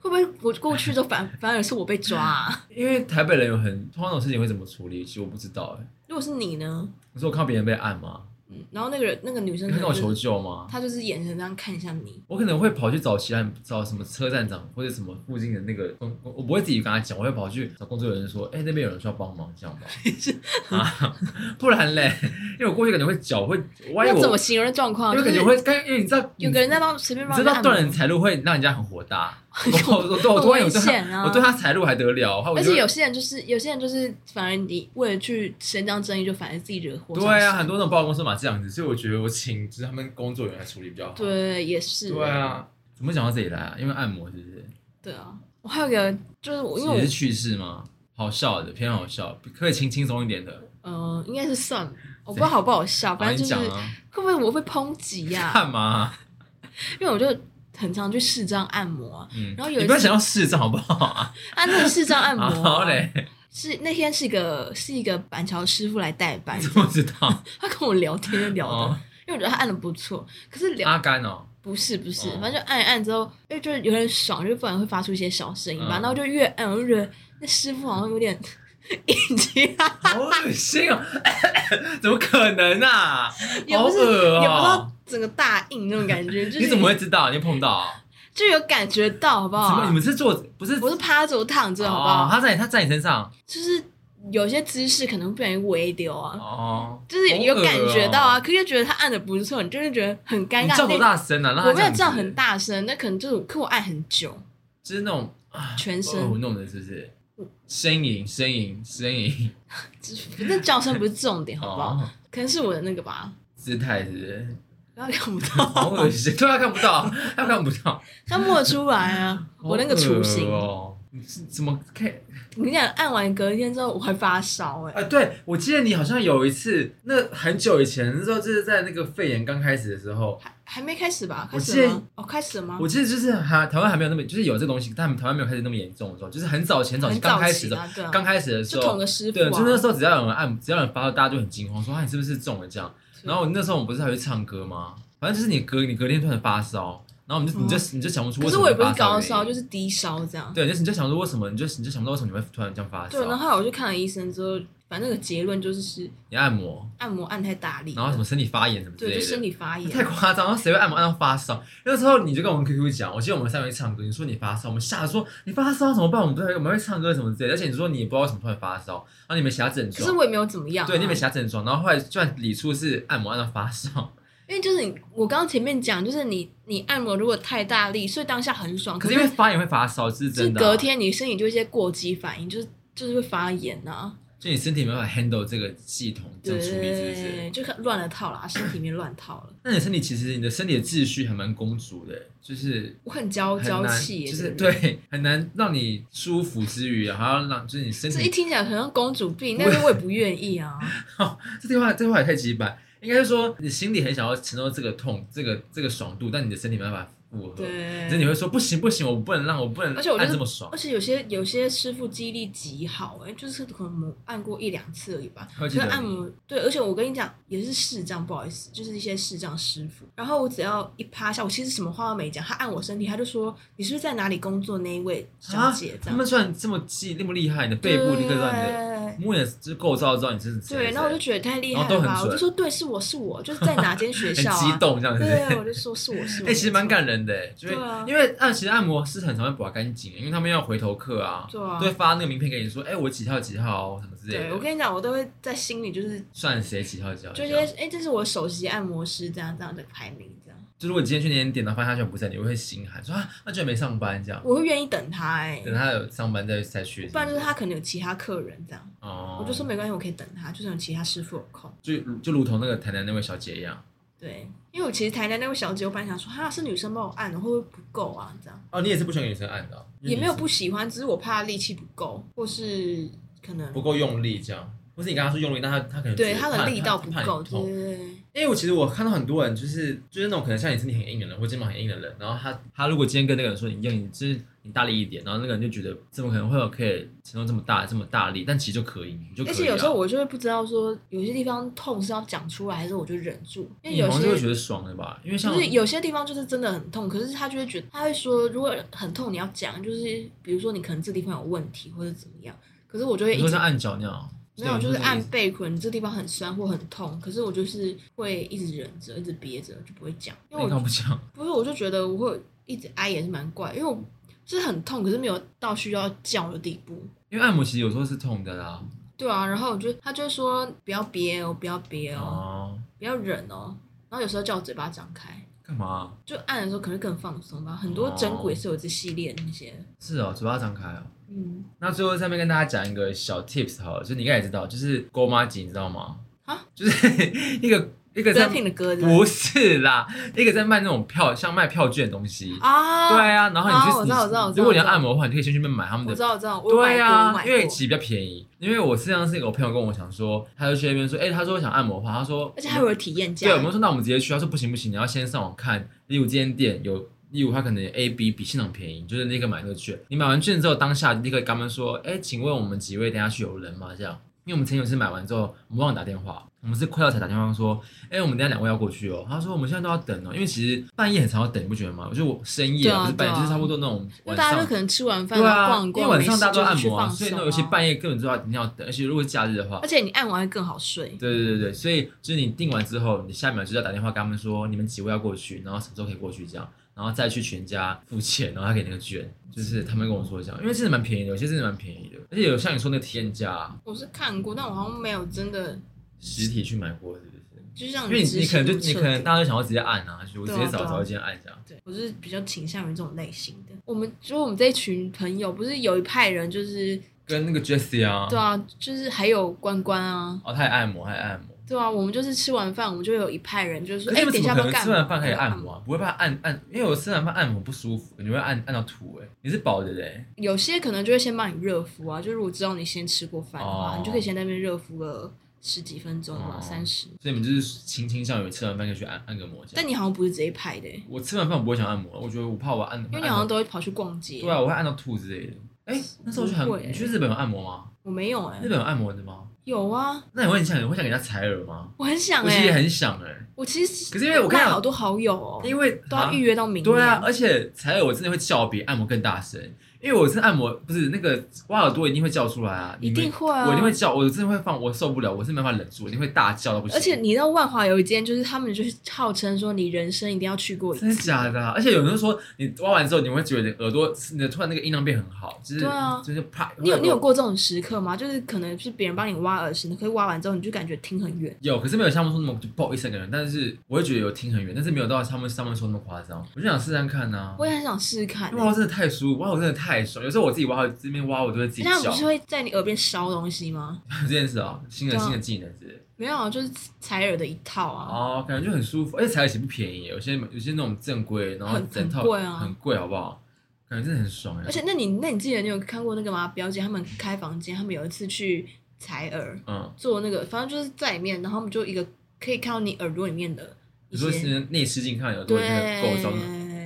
会不会我过去都反反而是我被抓、啊？因为台北人有很通常这种事情会怎么处理，其实我不知道哎、如果是你呢？你说我看到别人被按吗？嗯，然后那个人那个女生你可会跟我能、求就是，救吗？她就是眼神这样看向你，我可能会跑去找其他人，找什么车站长或者什么附近的那个工，我我不会自己跟他讲，我会跑去找工作人员说，哎、那边有人需要帮忙，这样 吧。啊， 不然嘞，因为我过去感觉会脚会，万一那我怎么形容的状况？因为感就觉是会，刚因为你知道有个人在帮随便你帮知道按摩断人财路会让人家很火 大，我我我对很我突然有危对险他，啊我对他财路还得了，我而觉且得有些人就是有些人就是，反而你为了去伸张正义，就反而自己惹祸上身。对啊，很多那种报告公司嘛这样子，所以我觉得我请就是他们工作人员来处理比较好。对，也是。对，啊，怎么讲到这里来啊？因为按摩是不是？对啊。我还有一个就是我，因也为是趣事吗？好笑的，偏好笑，可以轻轻松一点的。我呃，应该是算了，我不知道好不好笑，好，反你正就讲是啊啊，会不会我被抨击呀？干嘛？因为我就很常去视障按摩啊，嗯，然后有一你不要次想要视障好不好啊？啊，那个视障按摩 好啊 嘞，是那天是一个是一个板桥师傅来代 班，怎么知道？他跟我聊天就聊哦的，，因为我觉得他按的不错，可是聊阿甘哦，不是不是哦，反正就按一按之后，因为就是有点爽，就不然会发出一些小声音吧。嗯然后就越按，我就觉得那师傅好像有点隐疾啊，好恶心哦！ 怎么可能啊？也好不是、恶也不知哦道！整个大印那种感 觉，就是你怎么会知道？你碰到？就有感觉到好不怎好么？你啊？们是坐不是？我是趴着，我躺着，好不哦好？他在他在你身上就是有些姿势可能不小心微丢啊，哦，就是有好恶哦感觉到啊，可是又觉得他按的不错，你就是觉得很尴你尬。叫多那大声啊？让他我没有这叫样子很，大声，那可能就是可我按很久，就是那种啊全身哦弄的，是不是？呻吟，呻吟，呻吟，就是那叫声不是重点，好不好？哦，可能是我的那个吧。姿态是不是？不要看不到，好恶心， 对啊，看不到，他看不到， 他摸得出来啊！哦我那个雏形，好恶哦，你是怎么可以？你想按完隔天之后我还发烧哎、啊，对，我记得你好像有一次，那很久以前，那时候就是在那个肺炎刚开始的时候，还还没开始吧？我开始了记吗？哦，开始了吗我？记得就是还台湾还没有那么，就是有这东西，但台湾没有开始那么严重的时候，就是很早前早期很刚早开始期的，啊，对啊，刚开始的时就捅候。个师傅、对，啊，就那时候只要有人按，只要有人发烧，大家就很惊慌，说啊你是不是中了这样？然后我那时候我们不是还会唱歌吗？反正就是你隔你隔天突然发烧，然后我们就、你就你就想不出为嗯可什是么我也不发是高的原烧，因就是低烧这样。对，就是你就想说为什么，你就你就想不到为什么你会突然这样发烧对，。然后后来我去看了医生之后，反正那个结论就是是你按摩，按摩按太大力，然后什么身体发炎什么之对，就类的，身体发炎。太夸张了，谁会按摩按到发烧？那时候你就跟我们 QQ 讲，我记得我们上回唱歌，你说你发烧，我们吓得说你发烧怎么办？我们不知道，我们会唱歌什么之类的，而且你说你也不知道为什么突然发烧，然后你没其他症可是状，我也没有怎么样、啊，对，你没其他症状，然后后来居然理出是按摩按到发 烧，因为就是你，我刚刚前面讲，就是你你按摩如果太大力，所以当下很爽，可可是是因为发炎会发烧，这是就是真的、啊隔，天你身体就一些过激反应，就是就是会发炎啊，就你身体没办法 handle 这个系统这样处理，是不是？对，就很乱了套啦，身体里面乱套了，那你身体其实你的身体的秩序还蛮公主的，就是我很娇很娇难，气耶，就是这个人，对，很难让你舒服之余，还要让就是你身这一体，听起来很像公主病，但是我也不愿意 啊，这句话这句话也太鸡掰。应该是说你心里很想要承受这个痛，这个这个爽度，但你的身体没办法负荷，对可是，你会说不行不行，我不能让我不能而且我觉得按这么爽而，且有些有些师傅记忆力极好，哎，就是可能我按过一两次而已吧，会记就得是按你摩对，而且我跟你讲，也是视障，不好意思，就是一些视障师傅。然后我只要一趴下，我其实什么话都没讲，他按我身体，他就说你是不是在哪里工作那一位小啊姐这他样。们虽然这么技那么厉害，你的背部立刻让你的对摸眼就是构造知道你是谁对，谁然后我就觉得太厉然害后了都很吧，我准就说对，是我是我，就是在哪间学校 很激啊？动这样 子，对，我就说是我 是我。哎、其实蛮感人的欸，就是、对啊因为按其实按摩是很常会把干净，因为他们要回头客啊，对啊都会发那个名片给你说，哎、我几号几号哦什么之类对，的，我跟你讲，我都会在心里就是算谁几号几号，就这觉样得，哎，这是我首席按摩师，这样这样的排名这样。就如果你今天去那间店，然后发现他居然不在，你会很心寒，说啊，他居然没上班这样。我会愿意等他哎、等他有上班再再去。不然就是他可能有其他客人这样，哦，我就说没关系，我可以等他，就算有其他师傅有空。就就如同那个台南那位小姐一样。对，因为我其实台南那位小姐，我本来想说哈是女生帮我按，会不会不够啊？这样哦，你也是不喜欢给女生按的哦、也没有不喜欢，只是我怕力气不够，或是可能不够用力这样，或是你刚刚说用力，那他他可能对觉得他的怕力道不怕够，你对痛。对对。因为我其实我看到很多人就是就是那种可能像你身体很硬的人或肩膀很硬的人，然后他他如果今天跟那个人说你用你就是你大力一点，然后那个人就觉得怎么可能会有可以承受这么大这么大力，但其实就可以，你就可以、而啊。且有时候我就会不知道说有些地方痛是要讲出来，还是我就忍住，因为你有好像就会觉些。得爽了吧，因为像就是有些地方就是真的很痛，可是他就会觉得他会说，如果很痛你要讲，就是比如说你可能这地方有问题或者怎么样，可是我就会你一说直像按脚那样，没有，就是这个按意思背捆，这地方很酸或很痛，可是我就是会一直忍着，一直憋着，就不会讲，因哎那为你我看不讲，不是，我就觉得我会一直挨也是蛮怪，因为我就是很痛，可是没有到需要叫的地步。因为按摩其实有时候是痛的啦。对啊，然后我就他就说不要憋哦，不要憋哦，哦，不要忍哦，然后有时候叫我嘴巴张开，干嘛？就按的时候可能更放松吧。很多哦整骨也是有这系列那些，是哦，嘴巴张开哦。嗯那最后上面跟大家讲一个小 tips 好了，就你应该也知道，就是勾妈紧，你知道吗？啊，就是 一个一个在，Blackpink 的歌是不是不是啦，一个在卖那种票，像卖票券的东西。啊，对，啊，然后你去，啊我知道我知道我你知道如果你要按摩的话，你可以先去那边买他们我知的。道我知道，我有买对过，我啊，买因过为其实比较便宜。因为我实际上是有朋友跟我讲说，他就去那边说，哎、他说想按摩的话，他说，而且还有体验价对，，我们说那我们直接去，他说不行不行，你要先上网看，例如这间店有，例如它可能 A B 比现场便宜，就是立刻买那个券。你买完券之后，当下立刻跟他们说，哎，请问我们几位等下去有人吗？这样，因为我们前有一次买完之后，我们忘了打电话，我们是快到才打电话说，哎，我们等下两位要过去哦。他说我们现在都要等哦，因为其实半夜很常要等，你不觉得吗？就我深夜对啊不是半夜，对啊就是差不多那种那晚大家上就可。能吃完饭对然后啊，逛一因为逛，晚没上事大家都就按是去摩啊，放所以松那啊。有些半夜根本就要一定要等，而且如果是假日的话而，且你按完还更好睡。对对对对，所以就是你定完之后，你下一秒就要打电话跟他们说你们几位要过去，然后什么时候可以过去这样，然后再去全家付钱，然后他给那个券，就是他们跟我说这样，因为真的蛮便宜的，有些真的蛮便宜的，而且有像你说那个体验价，我是看过，但我好像没有真的，实体去买过是不是？就像因为你之你可前能就不你彻可能底大家都想要直接按啊，就我直对接啊找对啊找一间按这样，对，我是比较倾向于这种类型的。我们就我们这一群朋友，不是有一派人就是跟那个 Jessie 啊，对啊，就是还有关关啊，哦，他也按摩，他也按摩。对啊，我们就是吃完饭，我们就有一派人就是说，可哎、是你们等怎一么下可要能干吃嘛？嗯完饭可以按摩啊？不会怕按按，因为我吃完饭按摩不舒服，你会按按到吐哎、你是饱的嘞、有些可能就会先帮你热敷啊，就是我知道你先吃过饭的话，哦你就可以先在那边热敷个十几分钟嘛，哦三十、所以你们就是轻轻向有吃完饭可以去按按个摩这样。但你好像不是这一派的、欸我吃完饭我不会想按摩，我觉得我怕我按，因因为你好像都会跑去逛街。对啊，我会按到吐之类的。哎、那时候去韩不国，会欸你去日本有按摩吗？我没有哎、日本有按摩的吗？有啊，那你会很想，你会想给人家采耳吗？我很想我哎、其实也很想哎、我其实可是因为我赖看到好多好友哦、因为都要啊预约到明年。对啊，而且采耳我真的会叫比按摩更大声，因为我是按摩，不是那个挖耳朵一定会叫出来啊，一定你们。会啊，我一定会叫，我真的会放，我受不了，我是没办法忍住，我一定会大叫到不行。而且你知道万华有一间，就是他们就是号称说你人生一定要去过一真的次，假的啊、而且有人说你挖完之后，你会觉得耳朵，你的突然那个音量变很好，就是对啊就是啪。你有你有过这种时刻吗？就是可能是别人帮你挖耳石，你可以挖完之后你就感觉听很远，有，可是没有像他们说那么就爆一声的人，但是我会觉得有听很远，但是没有到他们上面说那么夸张。我就想试试看呐、我也很想试试看、欸因为挖真的太舒服，挖我真的太爽。有时候我自己挖，这边挖我都会自己那不叫。是会在你耳边烧东西吗？这件事啊，新的对啊新的技能之类的。没有，啊，就是采耳的一套啊。哦，感觉就很舒服，而且采耳其实不便宜，有些有些那种正规，然后很整套很贵啊很贵好不好？感觉真的很爽哎。而且，那你那你记得你有看过那个吗？表姐他们开房间，他们有一次去采耳嗯，做那个，反正就是在里面，然后我们就一个可以看到你耳朵里面的一你说些是内视镜看耳朵对那个构造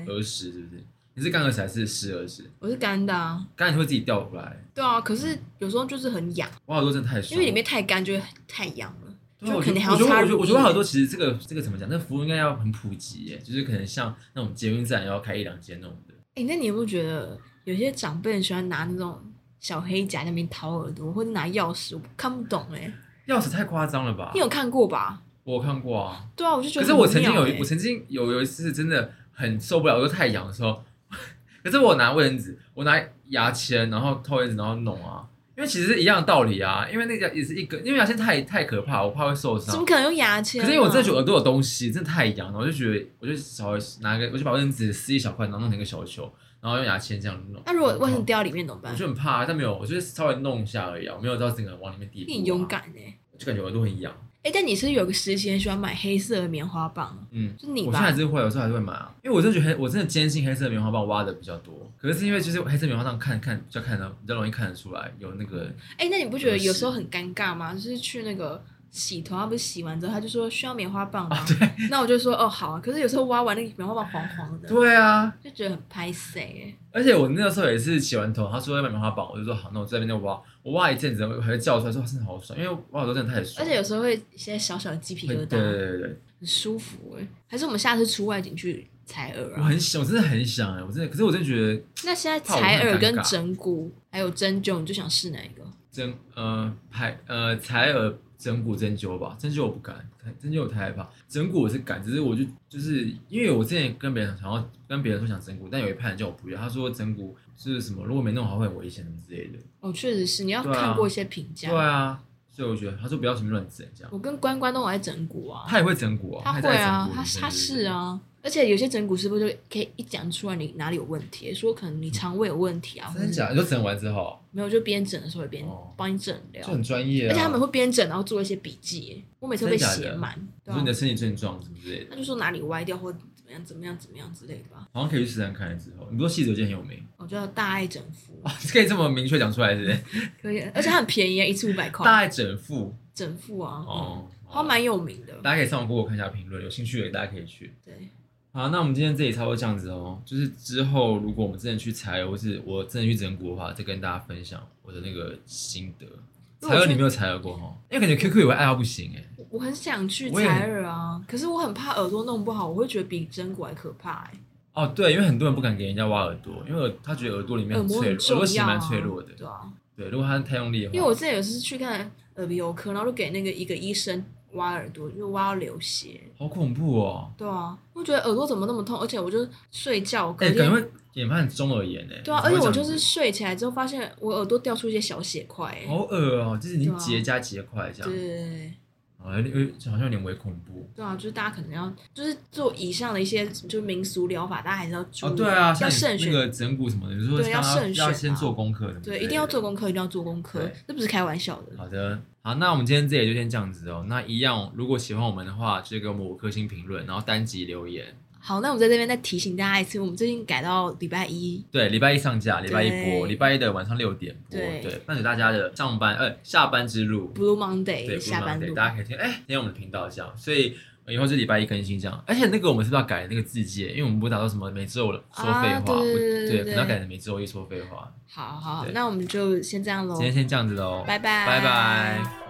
耳屎是不是？你是干耳屎还是湿耳屎？我是干的啊。干耳屎会自己掉出来，对啊，可是有时候就是很痒，挖耳朵真的太爽了。因为里面太干就会太痒了。对啊就我可觉能得还要我觉得插我觉得乳我觉得液好多其实这个这个怎么讲？这服务应该要很普及耶，就是可能像那种捷运站也要开一两间那种的。哎、那你有没有觉得有些长辈很喜欢拿那种小黑夹在那边掏耳朵，或者拿钥匙？我看不懂哎、钥匙太夸张了吧你？有看过吧？我看过啊，对啊，我就欸觉可得、是我曾经有一我次，曾经有有一次真的很受不了，我说 太痒的时候，可是我拿卫生纸，我拿牙签，然后套卫生纸然后弄啊，因为其实是一样的道理啊，因为那个也是一个，因为牙签太太可怕，我怕会受伤怎。么可能用牙签啊、可是因为我真的觉得耳朵有东西，真的太痒了，我就觉得我就稍微拿个，我就把卫生纸撕一小块，然后弄成一个小球，然后用牙签这样弄。那如果然后万一掉里面怎么我办？就很怕，但没有，我就是稍微弄一下而已啊，我没有到整个往里面递。你很勇，敢哎、欸。就感觉耳朵很痒。哎、但你是不是有个时期很喜欢买黑色的棉花棒，嗯，就你我现在还吧？是会，有时候还是会买啊，因为我真的觉得黑，我真的坚信黑色棉花棒挖的比较多。可是因为就是黑色棉花棒看看比较看得比较容易看得出来有那个，哎、那你不觉得有时候很尴尬吗？就是去那个洗头，他不是洗完之后，他就说需要棉花棒啊吗？ 那我就说哦好啊。可是有时候挖完那个棉花棒黄黄的，对啊，就觉得很拍谁哎。而且我那个时候也是洗完头，他说要买棉花棒，我就说好，那我在那边就挖，我挖一阵子我还会叫出来说真的好爽，因为挖耳朵真的太而爽，且有时候会一些小小的鸡皮会疙对对瘩，对对，很舒服哎、还是我们下次出外景去采耳我啊？很想，我真的很想哎，我真的，可是我真的觉得那现在怕我采很耳尴跟尬整骨还有针灸，你最想试哪一个？针呃排呃采耳整骨针灸吧，针灸我不敢，针灸我太害怕。整骨我是敢，只是我就就是因为我之前跟别人想要跟别人说想整骨，但有一派人叫我不要，他说整骨是什么，如果没弄好会很危险什么之类的。哦，确实是，你要对啊看过一些评价。对啊，所以我觉得他说不要什么乱整这样。我跟关关都很爱整蛊啊，他也会整骨啊，他也会在啊整，骨他里面他是，啊，而且有些整蛊师傅就可以一讲出来你哪里有问题，说可能你肠胃有问题啊，或对不对真者的假的？你说整完之后没有就边整的时候也边哦帮你诊疗就，很专业啊，而且他们会边整然后做一些笔记，我每次都被写满，你对说啊你的，身体症状什么之类的，他就说哪里歪掉或怎么样怎么样怎么样之类的吧，好像可以去试试看。之后你说细节就很有名我觉得大爱整腹啊， 可以这么明确讲出来，是嗯不是？可以，而且它很便宜啊，一次五百大块，爱整腹整腹啊，嗯，哦，它蛮有名的，大家可以上网 Google 看一下评论，有兴趣的大家可以去。对，好，那我们今天这里差不多这样子哦。就是之后如果我们真的去采耳，或是我真的去整骨的话，再跟大家分享我的那个心得。如采果耳去你没有采耳过哈？因为感觉 QQ 也会爱到不行哎、我我很想去我也采耳啊，可是我很怕耳朵弄不好，我会觉得比针骨还可怕、欸。哦，对，因为很多人不敢给人家挖耳朵，因为耳他觉得耳朵里面耳很膜脆很弱，耳重朵其实要、啊，蛮脆弱的。对啊，对，如果他太用力的话，因为我之前有一次去看耳鼻喉科，然后就给那个一个医生挖耳朵，就挖到流血。好恐怖哦！对啊，我觉得耳朵怎么那么痛，而且我就睡觉，可哎、能感觉会研判中耳炎哎、对啊，而怎么且会我就这样是子睡起来之后发现我耳朵掉出一些小血块、欸，好恶哦、就是你对啊结加结块这样，对啊好像有点好像有点微恐怖。对啊，就是大家可能要就是做以上的一些就是民俗疗法，大家还是要注意，哦，对啊，像要你慎选那个整骨什么的，你说对要他慎选要啊先做功课什么之类对，的一定要做。功课，一定要做功课对，这不是开玩笑的。好的，好，那我们今天这里就先这样子哦。那一样，如果喜欢我们的话，就给我们五颗星评论，然后单集留言。好，那我们在这边再提醒大家一次，我们最近改到礼拜一，对，礼拜一上架，礼拜一播，对礼拜一的晚上六点播。对对，伴随大家的上班呃下班之路。 Blue 对， Monday 哎下班对，路，大家可以听，哎、听我们的频道这样，所以呃以后是礼拜一更新这样。而且那个我们是不是要改那个字界？因为我们不是打算什么每周说废话，啊对不对对对可能要改成每周一说废话。好好，好对那我们就先这样喽今，天先这样子喽，拜拜，拜拜